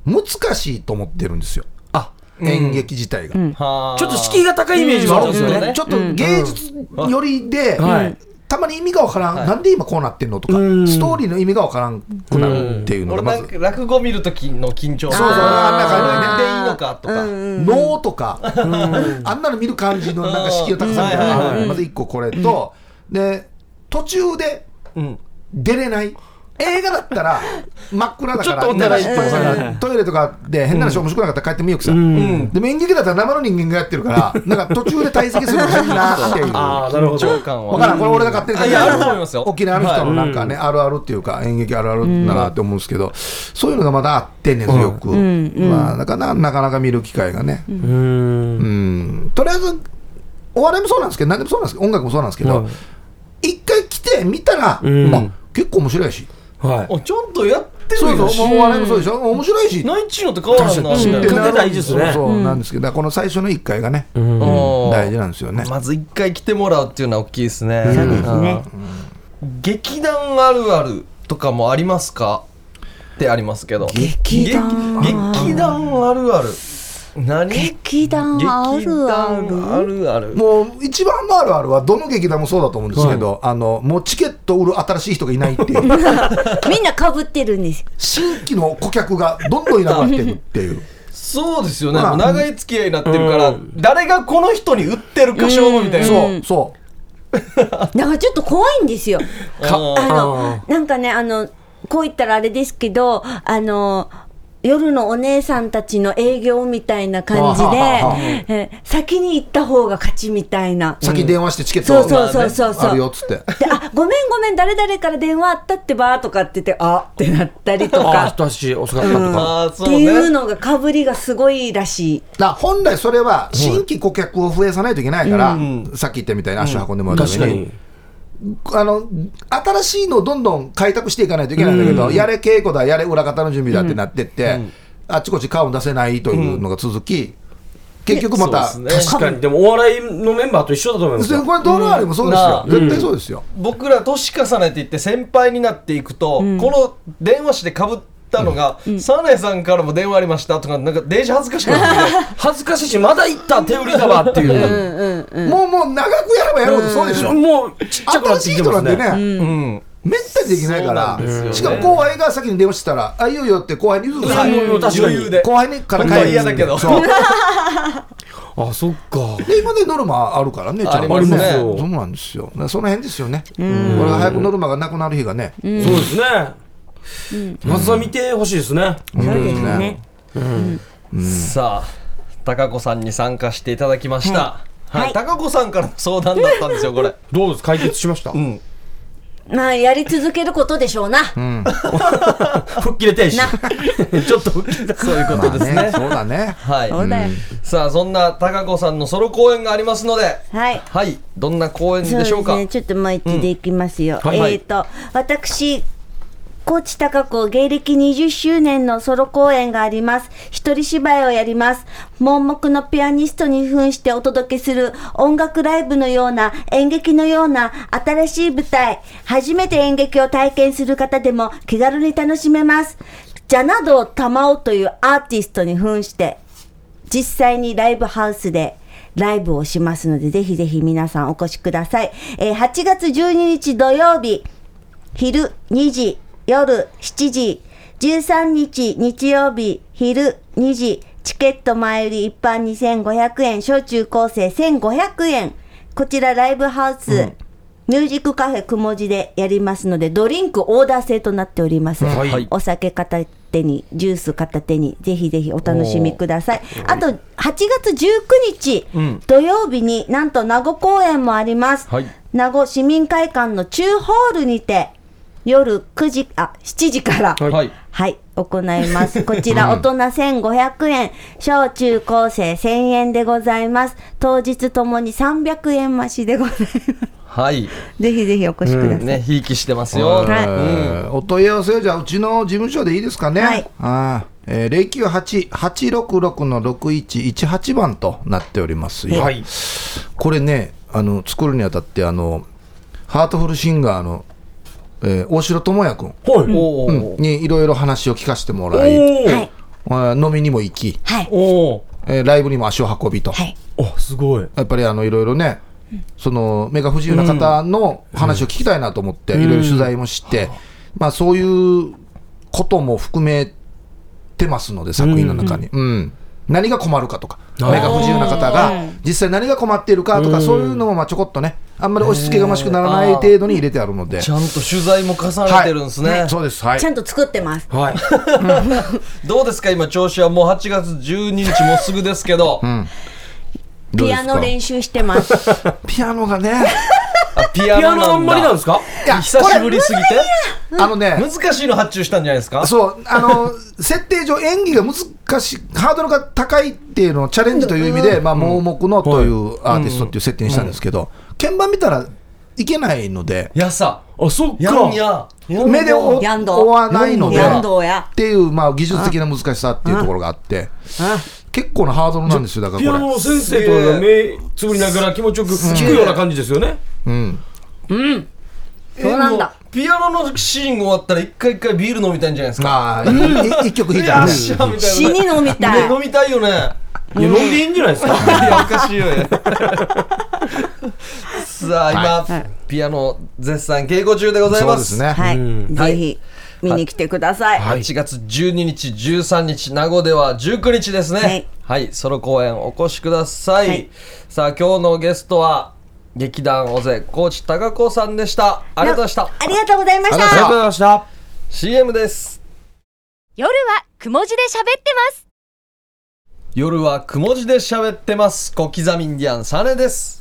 C: 難しいと思ってるんですよ
A: あ
C: 演劇自体が、
A: はあ
B: ちょっと敷居が高いイメージもあるんですよ
A: うん
B: ね
C: ち。ょっと芸術よりで、
B: はい
C: たまに意味がわからん、
A: はい
C: なんで今こうなってんのとか、
B: うん
C: ストーリーの意味がわからんくなるっていうの
A: 俺
C: がま
A: な
C: ず
A: んか落語見る時の緊張
C: そうそうあ
A: でいいのかとか
C: 脳とか、あんなの見る感じのなんか敷居の高さみたいなのがある
A: うん
C: まず1個これと、で途中で
A: うん
C: 出れない映画だったら真っ暗だから
A: ちょっとお互い
C: みんな失敗するトイレとかで変な話面白くなかったら帰ってみようくさ、
B: ん
C: でも演劇だったら生の人間がやってるからなんか途中で退席するの変なっていう
B: ああ、なるほど。
A: 緊張感は
C: わからんこれ俺が勝手に
A: あいやあると思いますよ
C: 沖縄の人のなんかね、あるあるっていうか演劇あるあるだなって思うんですけど、そういうのがまだあってねよく、まあ、なかななかなか見る機会がね、
B: う。
C: うんんとりあえずお笑いもそうなんですけど何でもそうなんですけど音楽もそうなんですけど、
B: はい
C: 一回来て見たら、
B: うん
C: あ結構面白いし
B: はい。
A: おちゃんとやってる
C: そう
A: よ
C: そう、もうお笑いもそうでしょ、面白いし。
A: 内地のと変わらんな
B: 確か
A: みたい
B: に知って
A: な
B: る勝手大事ですね
C: そうそうなんですけど、だからこの最初の一回がね、
A: うん
C: 大事なんですよね。
A: まず一回来てもらうっていうのは大きいですね。
D: そうですね
A: うん劇団あるあるとかもありますかってありますけど。
D: 劇団
A: 劇劇団あるある。何
D: 劇団あるあ
A: 劇団あ
D: る
A: るある。
C: もう一番のあるあるは、どの劇団もそうだと思うんですけど、あのもうチケット売る新しい人がいないっていう、
D: みんなかぶってるんです
C: 新規の顧客がどんどんいなくなってるっていう、
A: そうですよね。
C: まあ
A: もう長い付き合いになってるから、誰がこの人に売ってるか勝負みたいな。
C: そう、そ
D: なんかちょっと怖いんですよ
A: か
D: あのなんかねあのこう言ったらあれですけどあの夜のお姉さんたちの営業みたいな感じ
C: あははは
D: で、え先に行った方が勝ちみたいな。
C: う、先に電話してチケッ
D: そ
C: ト
D: うそうそうそうそう。
C: あるよっつって、
D: であごめんごめん誰々から電話あったってばとかって言ってあってなったりと
B: ああ、
D: か
B: 一足遅かったとか。
A: ああ、
D: っ
A: そう
D: ていう
A: ね。
D: のがかぶりがすごいらしい。
C: だから本来それは新規顧客を増やさないといけないから、さっき言ったみたいに足を運んでもらうた
B: 確か
C: めに
B: に。。
C: あの新しいのをどんどん開拓していかないといけないんだけど、やれ稽古だ、やれ裏方の準備だってなってって、あっちこっち顔を出せないというのが続き、結局また、
A: そう
C: そ
A: ですね
B: 確かに。でもお笑いのメンバーと一緒だと思います
C: れ
B: よ。
C: これ、どのあれもそうですよ、
A: うん
C: 絶対そうですよ。
A: 僕ら年重ねていって先輩になっていくと、この電話してかぶったのが、サネさんからも電話ありましたとか、なんかデージ恥ずかしくなってきて。
B: 恥ずかしいし、まだ行った手売りだわっていう。
C: もうもう長くやればやるほどそうでしょ、
B: もうちっちゃくな
C: 新
B: って
C: し
B: き
C: い
B: て
C: 人
B: ま
C: な
B: す
C: んで
B: ね。
C: ね、
A: うん。
C: めったにできないから、
A: そうなんですよね
C: しかも後輩が先に電話してたら、あ、いいよいいよって後輩に言う
B: い
C: か
B: や
C: ら、
B: もうもう確かに
A: 余裕で
C: 後輩にから
A: 本当は嫌だけど
C: そう
B: あ、そっか。
C: で今でノルマあるからね、ちゃんと
A: ありますね
C: そうなんですよ。だからその辺ですよね。これが早くノルマがなくなる日がね。
B: そうですね。松田見てほしいですね。
C: そう
D: そうですね。。
A: さあ、高子さんに参加していただきました。はい、
D: はい
A: 高子さんからの相談だったんですよ、これ。
B: どうです解決しました
A: うん。
D: まあ、やり続けることでしょうな。
B: 吹っ切れてんし。
D: な
B: ちょっと吹っ切れた。
A: そういうことですね。
C: まあそうだね。
A: はい。
D: そうだよ。
A: さあ、そんな高子さんのソロ公演がありますので、
D: はい。
A: はい、どんな公演
D: そう
A: で
D: で
A: しょ
D: す
A: うか。
D: ね。ちょっともう一でいきますよ。
A: うんはいはい
D: えっ、と、私、高知高子芸歴20周年のソロ公演があります。一人芝居をやります。盲目のピアニストに扮してお届けする音楽ライブのような演劇のような新しい舞台。初めて演劇を体験する方でも気軽に楽しめます。ジャナドタマオというアーティストに扮して実際にライブハウスでライブをしますので、ぜひぜひ皆さんお越しください。えー8月12日土曜日、昼2時、夜7時、13日日曜日、昼2時、チケット前売り一般2500円、小中高生1500円。こちらライブハウス、ミュージックカフェくもじでやりますので、ドリンクオーダー制となっております。
B: はい
D: お酒片手に、ジュース片手に、ぜひぜひお楽しみください。あと、8月19日、土曜日になんと名護公演もあります。
A: はい
D: 名護市民会館の中ホールにて、夜9時、あ、7時から、
A: はい。はい。
D: はい、行います。こちら、大人1500円、小中高生1000円でございます。当日ともに300円増しでございます。ぜひぜひお越しください。
A: ね、ひいきしてますよ。
D: はい
C: えーお問い合わせはじゃあうちの事務所でいいですかね。
D: はい
C: あーえー、098-866の6118番となっておりますよ。
B: はい。
C: これねあの作るにあたってあのハートフルシンガーの、えー大城智也君
B: はい。
A: おお、
C: にいろいろ話を聞かせても
B: お
C: らい、え
D: はい。
C: ー飲みにも行き、
D: はい。
B: おー
C: えーライブにも足を運びと、
D: はい。
B: お、すごい。
C: やっぱりあのいろいろねその目が不自由な方の話を聞きたいなと思って、いろいろ取材もして、まあ、そういうことも含めてますので作品の中に。うん何が困るかとか、目が不自由な方が実際何が困っているかとか、そういうのもまあちょこっとね、あんまり押し付けがましくならない程度に入れてあるので、
A: ちゃんと取材も重ね
C: はい
A: てるんですね。
C: はいそうです、はい
D: ちゃんと作ってます。
B: はい。
A: どうですか、今調子はもう8月12日もうすぐですけど、
C: どう
D: ピ
C: です
D: ア
C: か
D: ノ練習してます。
C: ピアノがね、
A: あピア
B: ピア
A: ノなん
B: ノ
A: だ
B: あんまりなんですか
C: いや
A: 久しぶりすぎて
C: あ のね、
A: 難しいの発注したんじゃないですか
C: そう、あ の、設定上、演技が難しい、ハードルが高いっていうのをチャレンジという意味で、まあ、盲目のというアーティストっていう設定にしたんですけど、鍵盤見たらいけないので、
A: やさ
B: あ、そっ
A: や
B: か
A: ん。ややんや
C: 目で追
D: やんど
C: 追わないので、
D: やんどや
C: っていう、まあ、技術的な難しさっていうところがあって、結構なハードルなんですよ、だか
B: ピア
C: ら
B: ノ
C: こ
B: の先生とは目つぶりながら気持ちよく聞くような感じですよね。
C: れ。うん。
D: そうなんだ
A: えもうピアノのシーン終わったら一回一回ビール飲みたいんじゃないですか
C: まあ、い一曲弾い
A: い
C: た
A: や
C: ら
A: っ
C: ね。
A: しゃみた
D: 死
A: い
D: に飲み
A: な
D: たい
A: ね。飲みたいよね
B: いや、飲んでいいんじゃないですか
A: いやおかしいよねさあ今、ピアノ絶賛稽古中でござい
C: そう
A: ま
C: ですすね。
D: はい。ぜひ、見に来てください。
A: 8月12日、13日、名護では19日ですね。は
D: はいい、
A: ソロ公演お越しください。
D: はい
A: さあ、今日のゲストは、劇団尾瀬高知高子さんでした。ありがとうございました。
D: ありがとうございまし
C: ありがとうございました
D: た。
B: ございました。
A: CM です。
E: 夜はくも字で喋ってます
A: 夜はくも字で喋ってます。小刻みインディアン、サネです。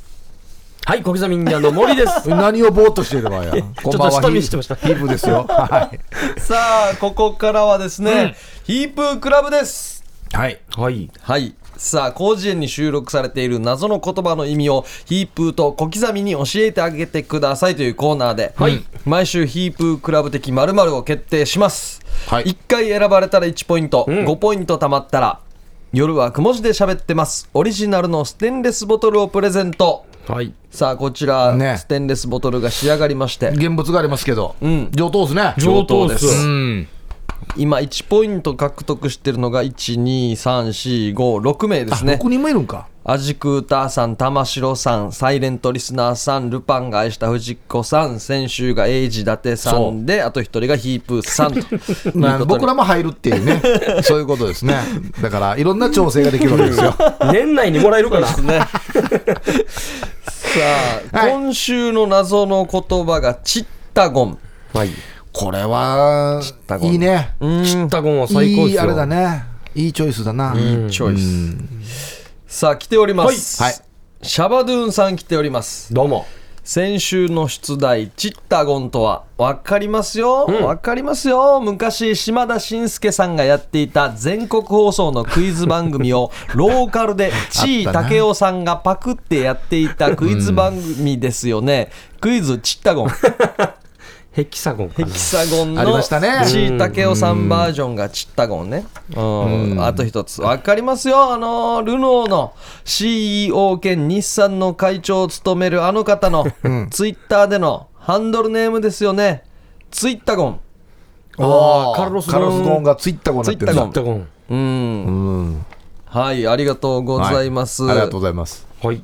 B: はい、小刻みインディアンの森です。
C: 何をぼーっとしてるわよ。こんばんは。
B: ちょっと下見してました
C: ヒープですよ。はい。
A: さあ、ここからはですね、ヒープークラブです。
C: はい。
B: はい。
A: はい。さあ、広辞苑に収録されている謎の言葉の意味をヒープーと小刻みに教えてあげてくださいというコーナーで、
B: はい
A: 毎週ヒープークラブ的〇〇を決定します。
C: はい
A: 1回選ばれたら1ポイント、
B: ん
A: 5ポイント貯まったら、夜はくも字で喋ってます。オリジナルのステンレスボトルをプレゼント。
B: はい。
A: さあ、こちら、
C: ね
A: ステンレスボトルが仕上がりまして、
C: 現物がありますけど、
A: ん
C: 上等ですね。
B: 上等で
C: う
B: す。
C: ん。
A: 今1ポイント獲得してるのが、1、2、3、4、5、6名ですね
C: あ。ここにもいるんか。
A: アジクーターさん、玉城さん、サイレントリスナーさん、ルパンが愛した藤子さん、先週がエイジ伊達さんで、あと一人がヒープーさんと
C: まあ、僕ら
A: も
C: も入るっていうね、 そういうことですね。だから、いろんな調整ができるわけですよ。
B: 年内にもらえるかな。
A: ね。さあ、
C: はい
A: 今週の謎の言葉がチッタゴン。
B: はい。
C: これは
A: た、こん
C: いいね。
B: チッタゴンは最高
C: い
B: です
C: い
B: よ。
C: あれだね。いいチョイスだな。
A: チョイス。さあ、来ております。
C: はいはい
A: シャバドゥーンさん来ております。
B: どうも。
A: 先週の出題「チッタゴン」とは分かりますよ
B: ん
A: 分、かりますよ昔島田紳介さんがやっていた全国放送のクイズ番組をローカルで地井武雄さんがパクってやっていたクイズ番組ですよね、クイズ「チッタゴン」
B: ヘキサゴンか
A: ヘ
B: な
A: キサゴン
C: あり
A: の
C: ましたね
A: ちいたけおさんバージョンがチッタゴンね。うんあと一つ。わかりますよ。あの、ルノーの CEO 兼日産の会長を務めるあの方のツイッターでのハンドルネームですよね。ツイッタゴン。
B: あーカルロス
C: カロスゴーンがツイッターゴンになっ
A: ツイ
C: てる
B: ヘキサゴン
A: うん。
C: うん
A: はい、ありがとうございます。
C: はいありがとうございます
B: はい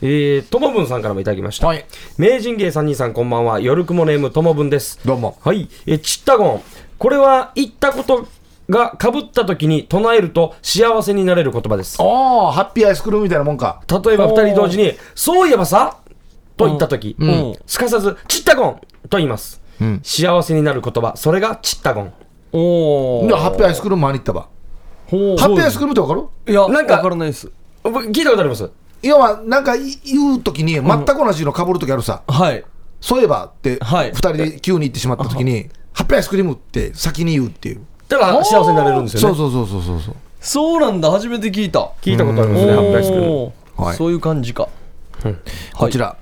B: えー、ともぶんさんからもいただきました、
C: はい
B: 名人芸三人さんこんばんは夜雲ネームともぶんです
C: どうも
B: はいえーチッタゴンこれは言ったことがかぶった時に唱えると幸せになれる言葉です
C: ああハッピーアイスクルームみたいなもんか
B: 例えば二人同時に「そういえばさ」と言った時、
A: ん
B: すかさず「チッタゴン」と言います、
C: ん
B: 幸せになる言葉それがチッタゴン
A: お
C: じ
A: ー
C: ゃあハッピーアイスクルーム間に行ったば
A: ほう
C: ハッピーアイスクルームってわかる
A: いや、な
B: なんん
A: か
B: か
A: わからないです。
B: 僕聞いたことあります
C: 要はなんかい言うときに全く同じのかぶるときあるさ、
A: はい。
C: そういえばって
A: はい
C: 二人で急に言ってしまったときにハッピーアイスクリームって先に言うっていう
B: だから幸せになれるんです
C: そ
B: よ
C: う
B: ね
C: そうそうそうそうそう
A: そうなんだ、初めて聞いた。
B: 聞いたことありますねハッピーアイスクルーム
A: おー
C: はい
A: そういう感じか。
C: こちら、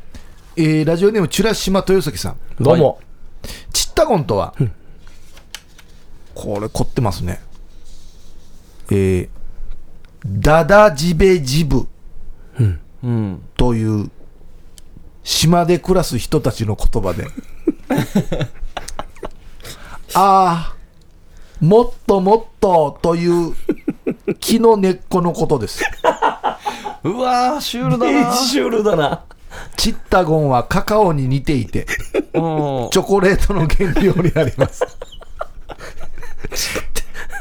C: えーラジオネームチュラシマ豊崎さん
B: どうも、
C: チッタゴンとは、これ凝ってますねえーダダジベジブ
A: うん。
C: という島で暮らす人たちの言葉で ああもっともっとという木の根っこのことです
A: うわー、シュールだ な。
B: シュールだな
C: チッタゴンはカカオに似てい
A: う
C: て
A: ん
C: チョコレートの原料になります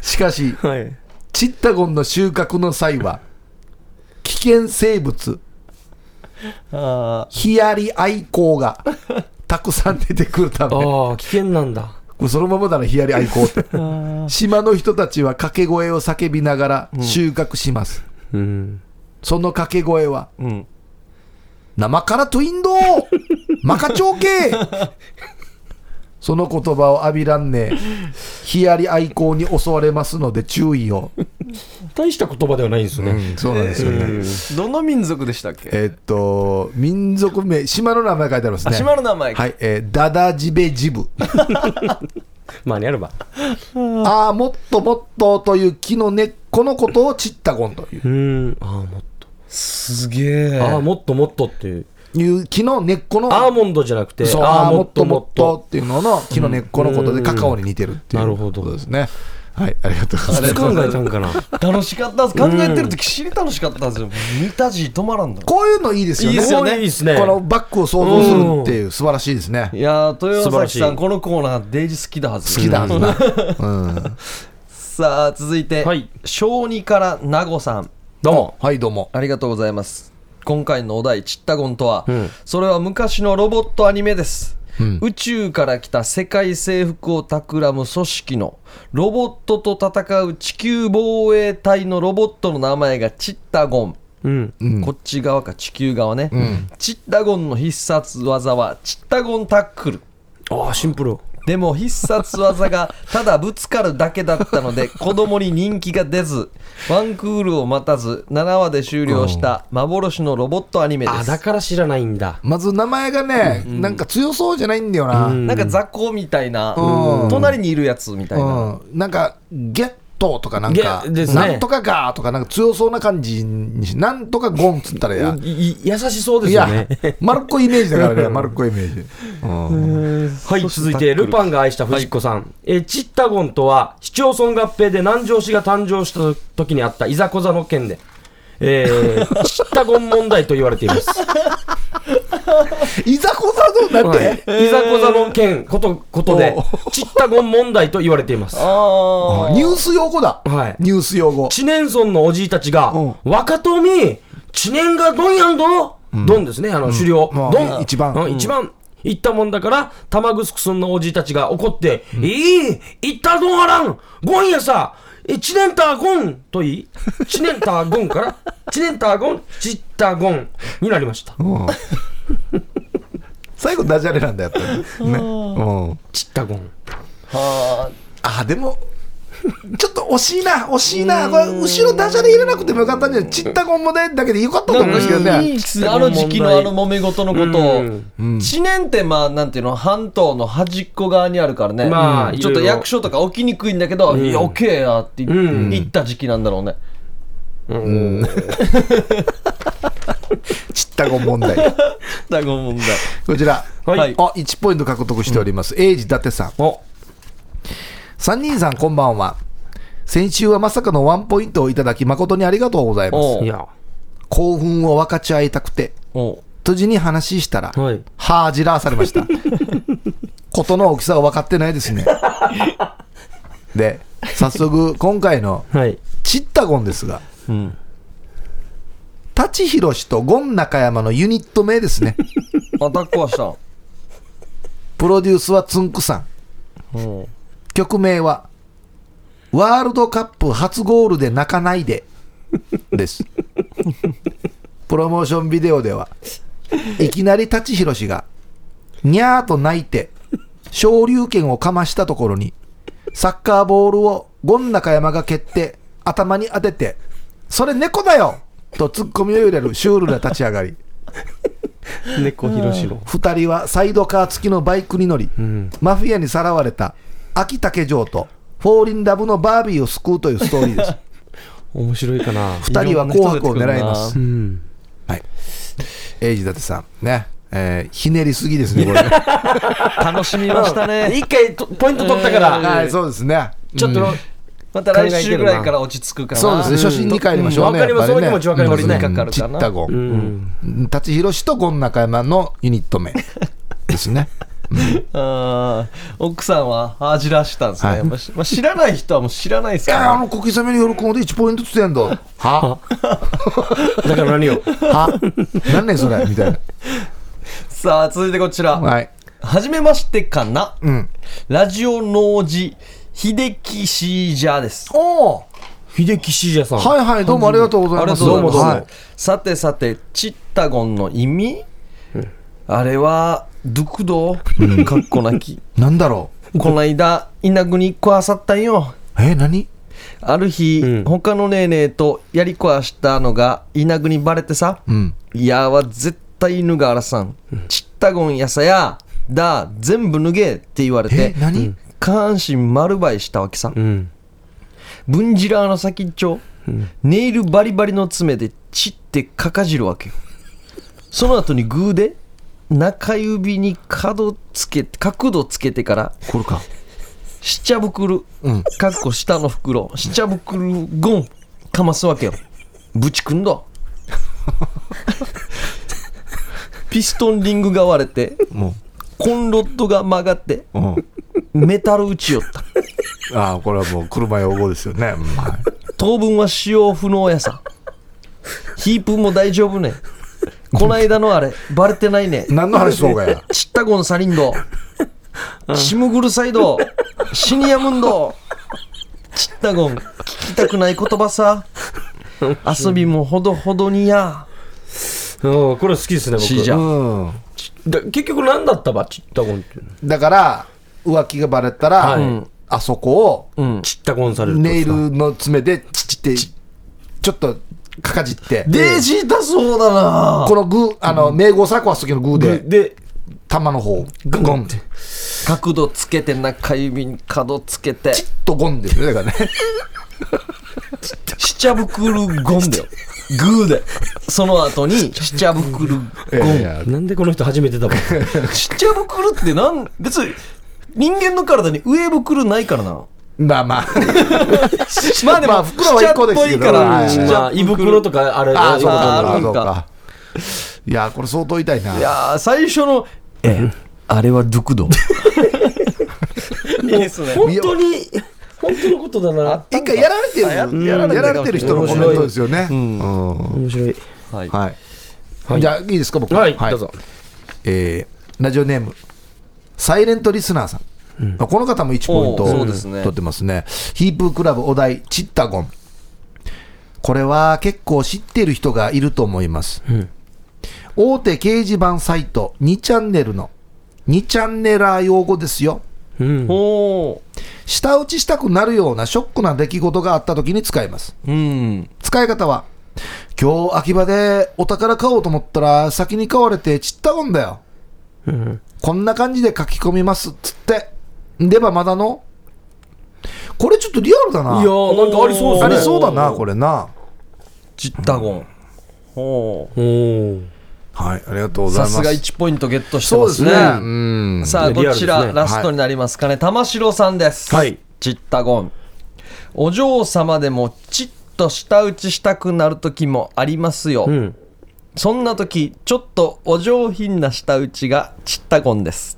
C: しかし
B: はい
C: チッタゴンの収穫の際 は危険生物
A: あ
C: ヒアリアイコウがたくさん出てくるため
B: ああ危険なんだ
C: これそのままだな、ヒアリ愛好 って。島の人たちは掛け声を叫びながら収穫します。
B: うん
C: その掛け声は、
A: ーうん。
C: 生からトゥインドー マカチョーケー その言葉を浴びらんねえ、ヒアリ愛好に襲われますので注意を。
B: 大した言葉ではないんですよね、
C: そうなんですよね。
A: どの民族でしたっけ
C: えっと、民族名、島の名前書いてあります
A: あ
C: ね。
A: 島の名前か
C: はい、えーダダジベジブ。
B: まあにあれば
C: ああ、もっともっとという木の根っこのことをチッタゴンという。
B: うんああもっ
A: すげえ
B: とああもっともっとっていう
C: いう木の根っこの
B: アーモンドじゃなくて
C: そう
B: あ
C: あ
B: あ
C: ー
B: も
C: も
B: っ
C: っ
B: と
C: と
B: も
C: も
B: っ
C: っ
B: と
C: とっていうのの木の根っこのこと
B: う
C: で
B: ん
C: カカオに似てるってい
B: なる
C: う
B: ほど
C: ことですね。はい、ありがとうございます。
B: 考えたんかな
A: 楽しかったです考えてるときしり楽しかったですよ見た字止まらんだ
C: こういうのいいですよ
A: いい
C: ね。
A: ですよね
B: いいですね
C: このバックを想像するっていう素晴らしいですね。
A: いやー
B: 素晴
A: 豊
B: ら
A: 崎
B: し
A: さん
B: い
A: このコーナーデイジ好きだはず
C: 好きだはずだ。うん
A: さあ続いて、
B: はい
A: 小児から名護さん
B: どうも
C: はい、どうも。
A: ありがとうございます今回のお題「チッタゴン」とは、
B: ん
A: それは昔のロボットアニメです、
C: うん
A: 宇宙から来た世界征服を企む組織のロボットと戦う地球防衛隊のロボットの名前がチッタゴン
B: うん
C: うん
A: こっち側か地球側ね、
C: ん
A: チッタゴンの必殺技はチッタゴンタックル
B: ああシンプル
A: でも必殺技がただぶつかるだけだったの で子供に人気が出ずワンクールを待たず7話で終了した幻のロボットアニメで
B: あだ
A: す
B: から知らないんだ
C: まず名前がね、なんか強そうじゃないんだよな。うん
A: なんか雑魚みたいな
C: うん
A: 隣にいるやつみたいな
C: なんか、ゲットとかなんか、
B: ゲですね
C: なんとかガーとか、なんか強そうな感じにし、なんとかゴンっつったらや。
B: いい優しそうで
C: い
B: すよ
C: や
B: ね、
C: 丸っこいイメージだからね、丸っこいイメージ。うん
B: はい続いてルパンが愛した藤子さん、えーチッタゴンとは市町村合併で南城市が誕生した時にあったいざこざの件でえ ーチッタゴン問題と言われています
C: いざこざどうなっ
B: はい
C: て、
B: いざこざの件ことことで
C: お、
B: チッタゴン問題と言われています。
A: あ
C: ニュース用語だ、
B: はい
C: ニュース用語
B: 知念村のおじいたちが
C: うん、
B: 若富、知念がどんやんど、どんですね、あの狩猟、
C: まあ
B: どん、
C: 一番
B: うん一番。行ったもんだから、玉城村のおじいたちが怒って、いい行ったどんあらんゴンやさえ、チネンターゴンと言 い、チネンターゴンから、チネンターゴン、チッタゴンになりました。
C: 最後ダジャレなんだよって、ねうん、
B: ちったごん。
A: は
C: あでもちょっと惜しいな惜しいなこれ後ろダジャレ入れなくてもよかったんじゃないちったごんもねだけでよかったと思うんですけど
A: あ、いい
C: ね
A: ですねあの時期のあの揉め事のことを
B: うん、
A: 知念って、まあ、なんていうの、半島の端っこ側にあるからね、
B: まあ
A: うん
B: い
A: ち
B: ろ
A: ょっ
B: いろ
A: と役所とか起きにくいんだけど、いや、OK やって
B: うん
A: 言った時期なんだろうね。
C: ちったごん問題
A: だご問題。
C: こちら、
B: はい
A: はい
C: あ1ポイント獲得しております、エイジ伊達さん
B: お、
C: 三人さんこんばんは先週はまさかのワンポイントをいただき誠にありがとうございます
A: おう
B: いや。
C: 興奮を分かち合いたくて
A: おう
C: とじに話したら、
B: はい。
C: はあじらされました ことの大きさを分かってないですねで早速今回の
B: はい。
C: チッタゴンですが
A: うん
C: 舘ひろしとゴン中山のユニット名ですね
A: アタックはしたん。
C: プロデュースはつんくさん
A: うん
C: 曲名は「ワールドカップ初ゴールで泣かないで」ですプロモーションビデオではいきなり舘ひろしが「にゃー」と泣いて昇竜拳をかましたところにサッカーボールをゴン中山が蹴って頭に当てて「それ猫だよ!」とツッコミを入れるシュールな立ち上がり
B: 猫ひろしの。
C: 2人はサイドカー付きのバイクに乗り、マフィアにさらわれた秋竹城とフォーリンラブのバービーを救うというストーリーです
B: 面白いかな。
C: 2人は紅白を狙います
B: うん。
C: エイジ伊達さんね、えーひねりすぎですねこれね
A: 楽しみましたね。
B: 一回とポイント取ったから、
C: はいそうですね
B: ちょっと、
C: うん
A: また来週ぐらいから落ち着くかな。
C: そうですね初心に帰りましょう
B: うんわ
C: ね、
B: かります
C: やっ
B: その
C: ぱね
B: 気持ちわかります
A: ね取り掛かる
C: ち
A: か
C: っ
A: な
C: たゴ
B: う
C: ン
B: ん。
C: 舘ひろしとゴン中山のユニット名ですね
A: あー奥さんは恥じらしたんですね、
C: はい
A: まあしまあ、知らない人はもう知らないです
C: い
A: から
C: やあ
A: ね、
C: の小刻みに喜んで1ポイントつけんどはは
B: だから何を。
C: 何ねそれみたいな
A: さあ続いてこちら、は
C: はい
A: じめましてかな、
C: うん
A: ラジオ農事秀樹シージャーです
C: おお
B: 秀樹シージャさん。
C: はいはい、どうもありがとうご
A: あ
C: ざ
A: りが
C: います。
A: とうございます、
C: はい
A: さてさてチッタゴンの意味、あれはドゥクド かっこなき
C: なんだろ
A: こないだ稲国食わさったんよ
C: う。え、何
A: ある日、
B: うん
A: 他のネーネーとやりこわしたのが稲具にバレてさ、
C: ん
A: いやは絶対脱があらさん、ちったごんやさやだ全部脱げって言われ
C: え
A: て、
C: 何、
A: 下半身丸ばいしたわけさ、
B: うん。
A: ブンジラーの先っちょ、ネイルバリバリの爪でチってかかじるわけよその後にグーで中指に角つけ角度つけてから
C: これか。
A: しちゃぶくる、かっこ下の袋、しちゃぶくるゴン、かますわけよ。ぶちくんど。ピストンリングが割れて、
C: も
A: コンロッドが曲がって、
C: う。うん。
A: メタル打ちよった。
C: ああ、これはもう車用語ですよね。うんはい
A: 当分は使用不能やさ。ヒープも大丈夫ね。こないだのあれ、バレてないね。
C: 何の話しとうかや。
A: チッタゴンサリンド、シムグルサイド、シニアムンド、チッタゴン、聞きたくない言葉さ、遊びもほどほどにや。
B: うんこれ好きですね、僕。
A: シージャ
C: うん。
B: だ結局何だったば、ちったごんっていうの。
C: だから、浮気がバレたら、
B: はい
C: うんあそこを、
B: ちったごんされるとさ。
C: ネイルの爪で、チチって、ちょっと、かかじって、
A: デージーだそうだな。
C: このグー、あの、名号作はす時のグーで、
B: で、
C: 玉の方、ゴンって。
A: 角度つけて、中指に角つけて、
C: とゴンですね、だからね。
A: しちゃぶくるゴンだ よ。グーで。その後に、しちゃぶくるゴン。
B: なんでこの人初めてだば。
A: しちゃぶくるってなん、別に、人間の体に上ぶくるないからな。
C: まあまあ。
A: まあで
C: まあ
A: も、
C: 袋は一個ですけ
A: しちゃ
C: ど
A: っぽいから
C: はい
A: しちゃ
B: まあ、胃袋とかあれ、
C: ああ、そう
A: あ
C: か、
A: ー
C: そうかそう
A: あ。
C: かいやー、これ相当痛いな。
A: いやー最初の「えあれはドゥクド」いいですね
B: 本当に、本当のことだな。
C: 一回やられてる、やら
A: やられ
C: れ
A: て
C: て
A: る
C: る
A: 人
C: 人
A: の
C: の
A: コ
C: コ
A: メ
C: メ
A: ント
C: ント
A: で
C: ですよね。うん
B: 面白い。
A: はい
C: はい。じゃあ、いいですか、僕。
B: はい、どうぞ。
C: えーラジオネーム、サイレントリスナーさん。あこの方も1ポイント
A: おーそう
C: を
A: ですね
C: 取ってますね。ヒープークラブお題、チッタゴン。これは結構知ってる人がいると思います。大手掲示板サイト2チャンネルの2チャンネラー用語ですよ。
B: うん。
A: ほ
C: 舌打ちしたくなるようなショックな出来事があった時に使います。
A: う。うん。
C: 使い方は、今日秋葉でお宝買おうと思ったら先に買われて散ったもんだよ。
B: うん
C: こんな感じで書き込みますっつって。でばまだの。これちょっとリアルだな。
B: いやー、なんかありそうです
C: あ
B: ね。
C: りそうだな、これな。
A: チッタゴン。ほう。
B: おー
C: はい、ありがとうご
A: さ
C: ざいます。
A: すが1ポイントゲットして
C: そう
A: ま
C: ですすね。
A: ね。
C: うん。
A: さあ、こ
B: リアルです
A: ち
B: ね
A: ら、ラストになりますかね。玉城さんです。
B: はい。
A: チッタゴン。お嬢様でも、チッと舌打ちしたくなる時もありますよ。
B: うん。
A: そんな時、ちょっとお上品な舌打ちがチッタゴンです。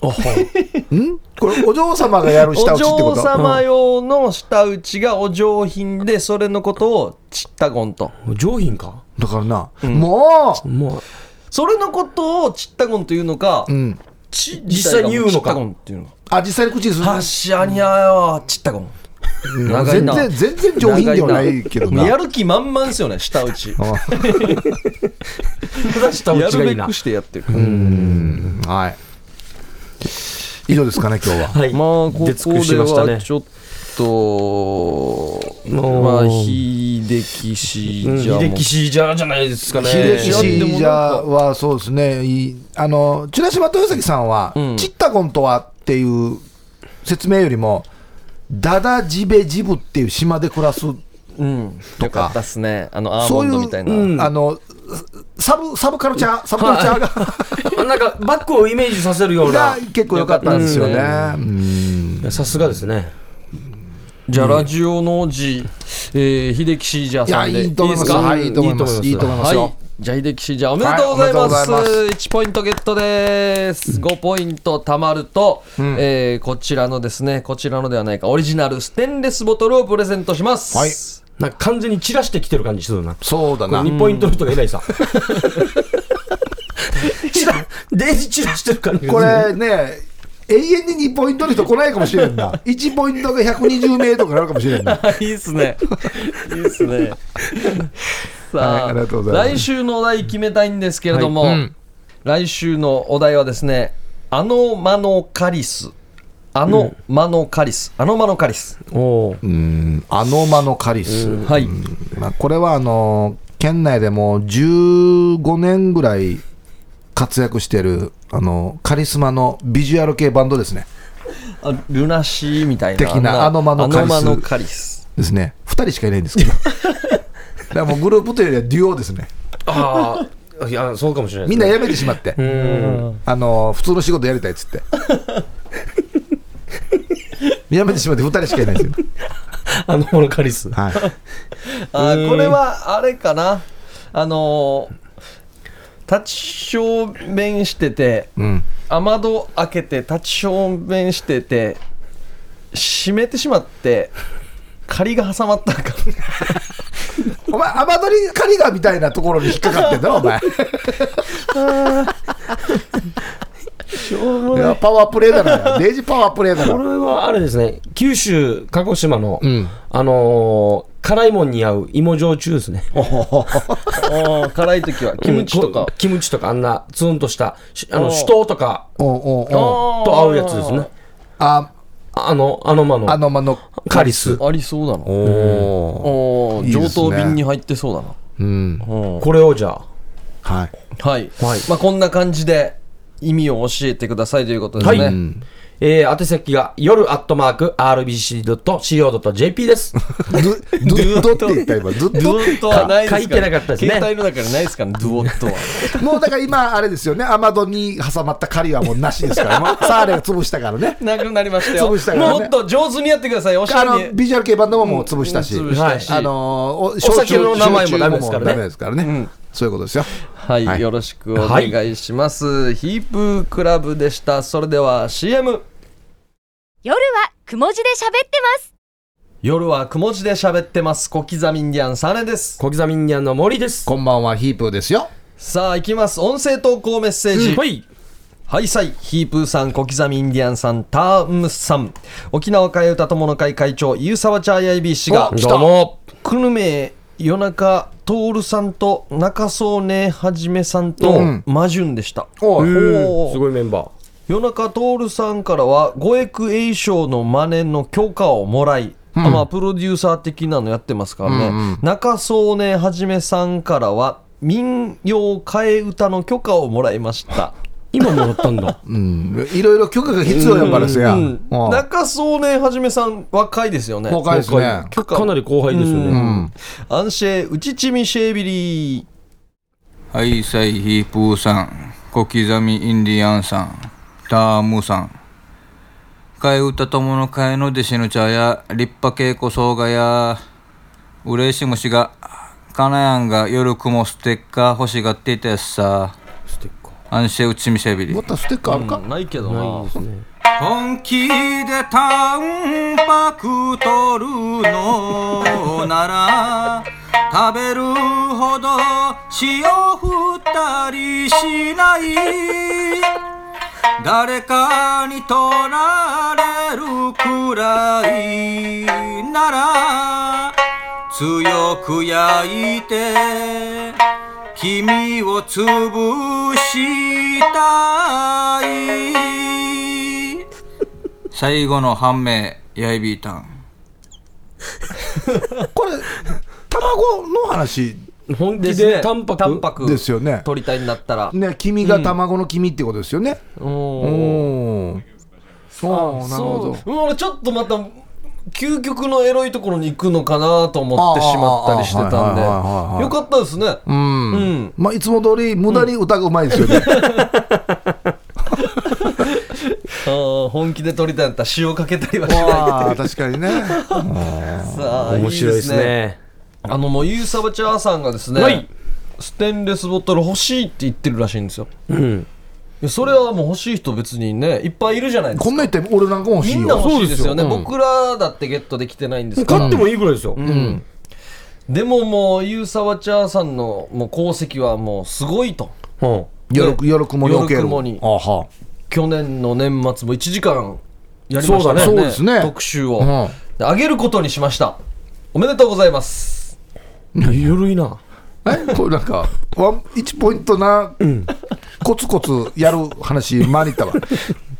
B: あはい。
C: んこれ、お嬢様がやる
A: お
C: 下打ちってこ
A: 嬢
C: と
A: 様用の舌打ちがお上品で、それのことをチッタゴンと。
B: 上品か
C: だからな、も
B: も
A: それのことをチッタゴンというのか
C: う、う、ん。
A: ち
B: 実際に言うのか
A: チッタゴンっていうの。
C: あ、実際に口にする。
A: はっしゃにゃよ、チッタゴン。長い
C: 全
A: な
C: 然、全然上品ではないけど
A: もうや
C: な。
A: る気満々ですよね、舌打ち。
C: あ
B: う、出したう
A: や
B: ちがい
A: るべ
B: いな
A: く。してやってる。
C: うんはい。以上ですかね、今日は。
B: はい。
A: まあここで
B: 出尽くしましたね
A: はちょっと、
B: もう
A: まあ秀樹氏
B: うん
A: じゃあもう
B: 秀樹シージャーじゃないですかね。
C: 秀
A: 樹
C: 吉
A: シー
C: 信者はそうですね、いいあの、チュラシマ豊崎さんは、
A: ん
C: チッタゴンとはっていう説明よりも、ダダジベジブっていう島で暮らす、
A: うん
C: とか
A: よかったっすねあのアーモンドみたいな
B: そういううん
C: あの、サブ、サブカルチャー、サブカルチャーが、
B: なんかバックをイメージさせるような
C: が。結構良かったんですよね。
A: よ
C: うん
B: いやさすがですね。
A: じゃあラジオの王子、えー、秀樹氏じゃあ
C: い
A: さ
C: や、
A: んで
C: いいと思いま。
A: ですすか
C: は
B: うん
C: い、いいと思います。
B: い
C: い
B: い
C: い
B: と
C: と
B: 思い
C: 思
B: ま
C: います
A: はい
C: よ。
A: じゃあ秀樹氏じゃあおめでとうございます,、
C: はいおめでとうございま
A: 1ポイントゲットです5ポイント貯まると、えーこちらのですねこちらのではないかオリジナルステンレスボトルをプレゼントします
C: はい
B: なんか完全に散らしてきてる感じするな。
C: そうだな。
B: 2ポイントの人が偉いさ。散ら、デイジ散らしてる感じが
C: こ
B: する。
C: れね、永遠に2ポイントの人来ないかもしれんな。1ポイントが120名とかなるかもしれんな。
A: いいっすね。いいっす ね。
C: はい
A: さ
C: あ
A: あ
C: りがとうございます
A: 来週のお題決めたいんですけれども、
C: はいうん
A: 来週のお題はですね、あのマのカリス、あのマのカリス、あのマのカリス。
B: おー
C: うーん、アノマのカリス。
A: はい。
C: まあ、これはあの県内でもう15年ぐらい活躍してるあのカリスマのビジュアル系バンドですね。
A: あルナシーみたいな。
C: 的な
A: あん
C: あのマのカリス
A: あのマのカリス。
C: ですね。2人しかいないんですけど。だからもうグループというよりはデュオですね。
B: ああ、いや、そうかもしれないで
C: み
B: す
C: ん
B: ね。
C: な辞めてしまって、あの普通の仕事やりたいっつって。辞めてしまって2人しかいないんですよ。
B: あの、このカリス。
C: はい、
A: あ
B: うん
A: これはあれかな。あのー立ち小便してて、
C: うん
A: 雨戸開けて立ち正面してて閉めてしまって仮が挟まったか
C: お前、アマドリカリガみたいなところに引っかかってんだろ、お前。いやパワープレイだな。デイジーパワープレイだ
B: こ
C: な。
B: れはあれですね、九州、鹿児島の、
C: ん
B: あのー辛いもんに合う芋焼酎ですね。
A: あー辛い時はキムチと
B: うん
A: か
B: こ、キムチとか、あんな、ツンとした、しあ
A: お
B: の、
A: う
B: 酒盗とか
C: おお
A: あ
C: お
A: ー
B: と合うやつですね。
C: あ、
B: あの、あのまの、
C: あのまの。
B: カリス。
A: ありそうだな
C: おお。
A: おー
C: いいです
A: 上
C: ね
A: 等瓶に入ってそうだな
C: うん。
A: うん
B: これをじゃあ、
C: はい。
A: はい、
B: はい
A: まあ、こんな感じで意味を教えてくださいということですね、
B: はいえー、宛先が、夜アットマーク、rbc.co.jp です。
C: ドゥッドって言った今、ドゥッ
A: ドゥ
C: ド
A: オットはないですから
B: 書いてなかったですね
A: 携帯の中にないですからねドゥオットは
C: もうだから今、あれですよね、アマドに挟まった狩りはもうなしですから、もうサーレが潰したからね。
A: なくなりましたよ
C: 潰したからね
A: もっと上手にやってくださいおし
C: あ
A: ゃ
C: の
A: れに
C: ビジュアル系バンドももう潰したし、
A: うん潰したし
C: あのーお
B: 酒の名前もダメですからね
C: 焼酎もダメですからねそういうことですよ。
A: はい、
C: はい
A: よろしくお願いします、ヒープークラブでしたそれでは CM
E: 夜はくも字で喋ってます。
A: 夜はくも字で喋ってます小刻みインディアンサネです
B: 小刻みにゃんの森です。
C: こんばんは、ヒープーですよ。
A: さあ行きます音声投稿メッセージ、
B: はい。
A: ハイサイ、ヒープーさん、小刻みインディアンさん、タームさん、沖縄替え歌友の会会長、ゆうさわちゃーやいびー氏が
B: ど、うも。
A: 久留米夜中徹さんと中曽根はじめさんと、
C: うん
A: マジュンでした
C: おい
A: おー
B: すごいメンバー。
A: 夜中徹さんからは五役栄翔の真似の許可をもらい、まあプロデューサー的なのやってますからね、中曽根はじめさんからは民謡替え歌の許可をもらいました
B: 今もらったんだ。
C: うん、いろいろ許可が必要やからせや。
A: うん
C: うん
A: 中曽根はじめさん若いですよね
C: 若いですね。
B: かかなり後輩ですよね。
A: アンシェウチチミシェービリー
F: はい、サイヒープーさん、小刻みインディアンさん、タームさん、替え歌友の替えの弟子の茶や、立派稽古総がや、嬉しい虫が、かなやんが夜雲ステッカー欲しがっていたやつさ、
B: ステッカー。
F: 安心打ち見せびり
C: ま。たステッカーあるか、
A: ないけどな
B: ですね。
F: 本気でタンパク取るのなら食べるほど塩振ったりしない誰かに取られるくらいなら強く焼いて君を潰したい最後の判明ヤイビータン
C: これ、卵の話
B: 本気
A: すね
B: で淡白。
A: タンパク
C: ですよね。
A: 取りたいんだったら、
C: ね、君が卵の君ってことですよね。
A: うん
C: うん。そう、なるほど。
A: そう俺ちょっとまた究極のエロいところに行くのかなと思ってしまったりしてたんで
C: あーはいはいはいはいはい
A: よかったですね
C: うん。
A: うん
C: まあ、いつも通り無駄に歌がうまいですよね。
A: あー本気で取りたいんだったら塩かけたりはしない
C: わあ、確かにね。
A: さあ
B: 面白いですね。
A: あのもうゆうさばちゃーさんがですね、
B: はい
A: ステンレスボトル欲しいって言ってるらしいんですよ
B: うん。
A: いやそれはもう欲しい人別にねいっぱいいるじゃないです
C: こん
A: か
C: なん言って俺なんかも欲
A: み
C: しい
A: んな
C: よ。
A: 欲しいですよね
C: そうですようん
A: 僕らだってゲットできてないんですから
B: 勝ってもいいぐらいですよ。
A: うんでももうゆうさばちゃーさんのもう功績はもうすごいと
B: うん。
C: 夜夜雲に置ける。
A: 夜雲に
C: あは。
A: 去年の年末も1時間やりまし
B: そ
A: た
B: うだね
C: そうですね
A: 特集を、
C: うん
A: で上げることにしましたおめでとうございます
B: ゆるいな。
C: えこれなんかワン1ポイントな、コツコツやる話回りたわ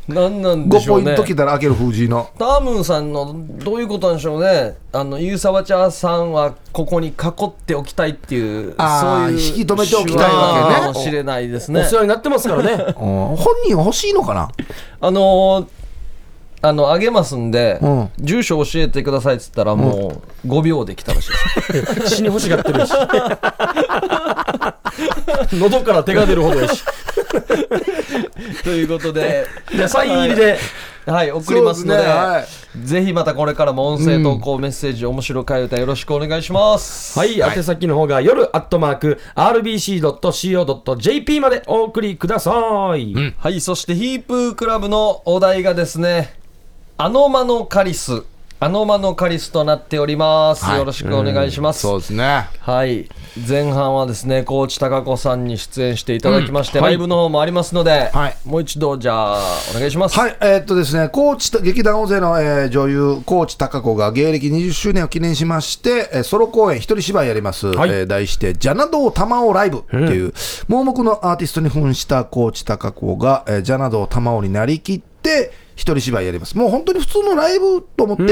A: 何なんで
C: 5
A: しょ
C: ポ
A: う
C: イン
A: ね
C: ト来たら開ける封じの
A: タームーンさんのどういうことなんでしょうねあのゆうさばちゃんさんはここに囲っておきたいっていう
C: あ
A: そう
C: ー
A: いう
C: 引き止めておきたいわけね
A: 手腕かもしれないです
B: お
A: ね
B: 世話になってますからね。
C: うん本人欲しいのかな
A: あのーあのあげますんで、
C: うん
A: 住所教えてくださいっつったらもう5秒で来 たらしいです
B: 死に欲しがってるし。喉から手が出るほどやし。
A: ということで、
B: でサイン入りで。
A: はい、送りますので
C: そうですねは
A: ぜひまたこれからも音声投稿、メッセージ、面白替え歌よろしくお願いします。
B: はい、宛先の方が夜アットマーク RBC.CO.JP までお送りください。
A: はい、そしてヒープークラブのお題がですね、アノマのカリス、アノマのカリスとなっております。
C: はい
A: よろしくお願いします。
C: うですね
A: はい、前半はですね、高知貴子さんに出演していただきまして、ライブの方もありますので、
C: はい
A: もう一度じゃあお願いします。
C: はいえーっとですね高知劇団大勢の、えー女優高知貴子が芸歴20周年を記念しまして、えーソロ公演一人芝居やります、
B: はい
C: えー題して「ジャナドー玉をライブ」っていう、盲目のアーティストに扮した高知貴子が、えージャナドー玉をになりきって一人芝居やりますもう本当に普通のライブと思って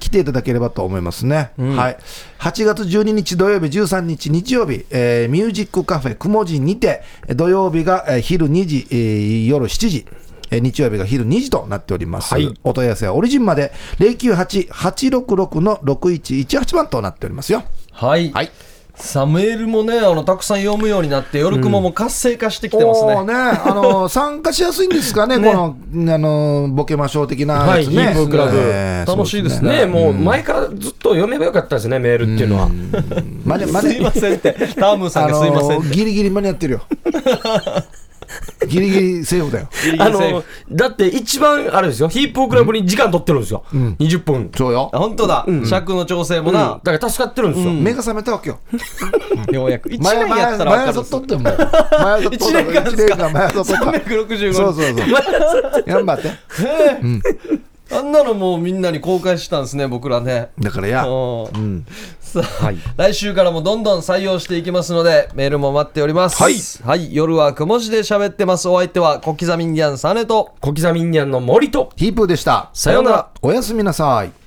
C: 来ていただければと思いますね、はい、8月12日土曜日13日日曜日、えーミュージックカフェくもじにてえー土曜日が、えー昼2時、えー夜7時えー日曜日が昼2時となっております。
B: はい
C: お問い合わせはオリジンまで098-866の6118番となっておりますよ。
A: はい。
C: はい
A: さあ、メールもね、あの、たくさん読むようになって、夜雲も活性化してきてます
C: お
A: ね。
C: ーね、あ のー参加しやすいんですかね、この、あのーボケましょう的なやつね。
B: はいヒープークラブ
C: えー
A: 楽しいです
B: ねえ、もう前からずっと読めばよかったですね、メールっていうのは。
C: まだまだ
A: すいませんって、タームさん
C: あ
A: がすいません
C: の
A: って。
C: ーギリギリ間に合って るよ。ギリギリセーフだよ。
B: あの、だって一番、あれですよ、ヒープークラブに時間取ってるんですよ。20分。
C: そうよ
A: あ。本当だ、尺の調整も
B: だ
A: な、
B: から助かってるんですよ。
C: 目が覚めたわけよ。
A: ようやく。1
C: 前
A: 年
C: 前
A: やったら
C: 前
A: 分か
C: 朝
A: る
C: 取っても。前朝取った。
A: 一年間ですか
C: 一年間前朝取った。
A: 365
C: そう
A: 日。
C: そうそう。頑張って。
A: あんなのもうみんなに公開したんですね、僕らね。
C: だからや、
A: うん
C: うん、
A: さあ、来週からもどんどん採用していきますので、メールも待っております。
C: はい
A: 夜はくも字で喋ってます。お相手は小刻みインディアンサネと。
B: 小刻みインディアンの森と
C: ヒープーでした
B: さようなら
C: おやすみなさい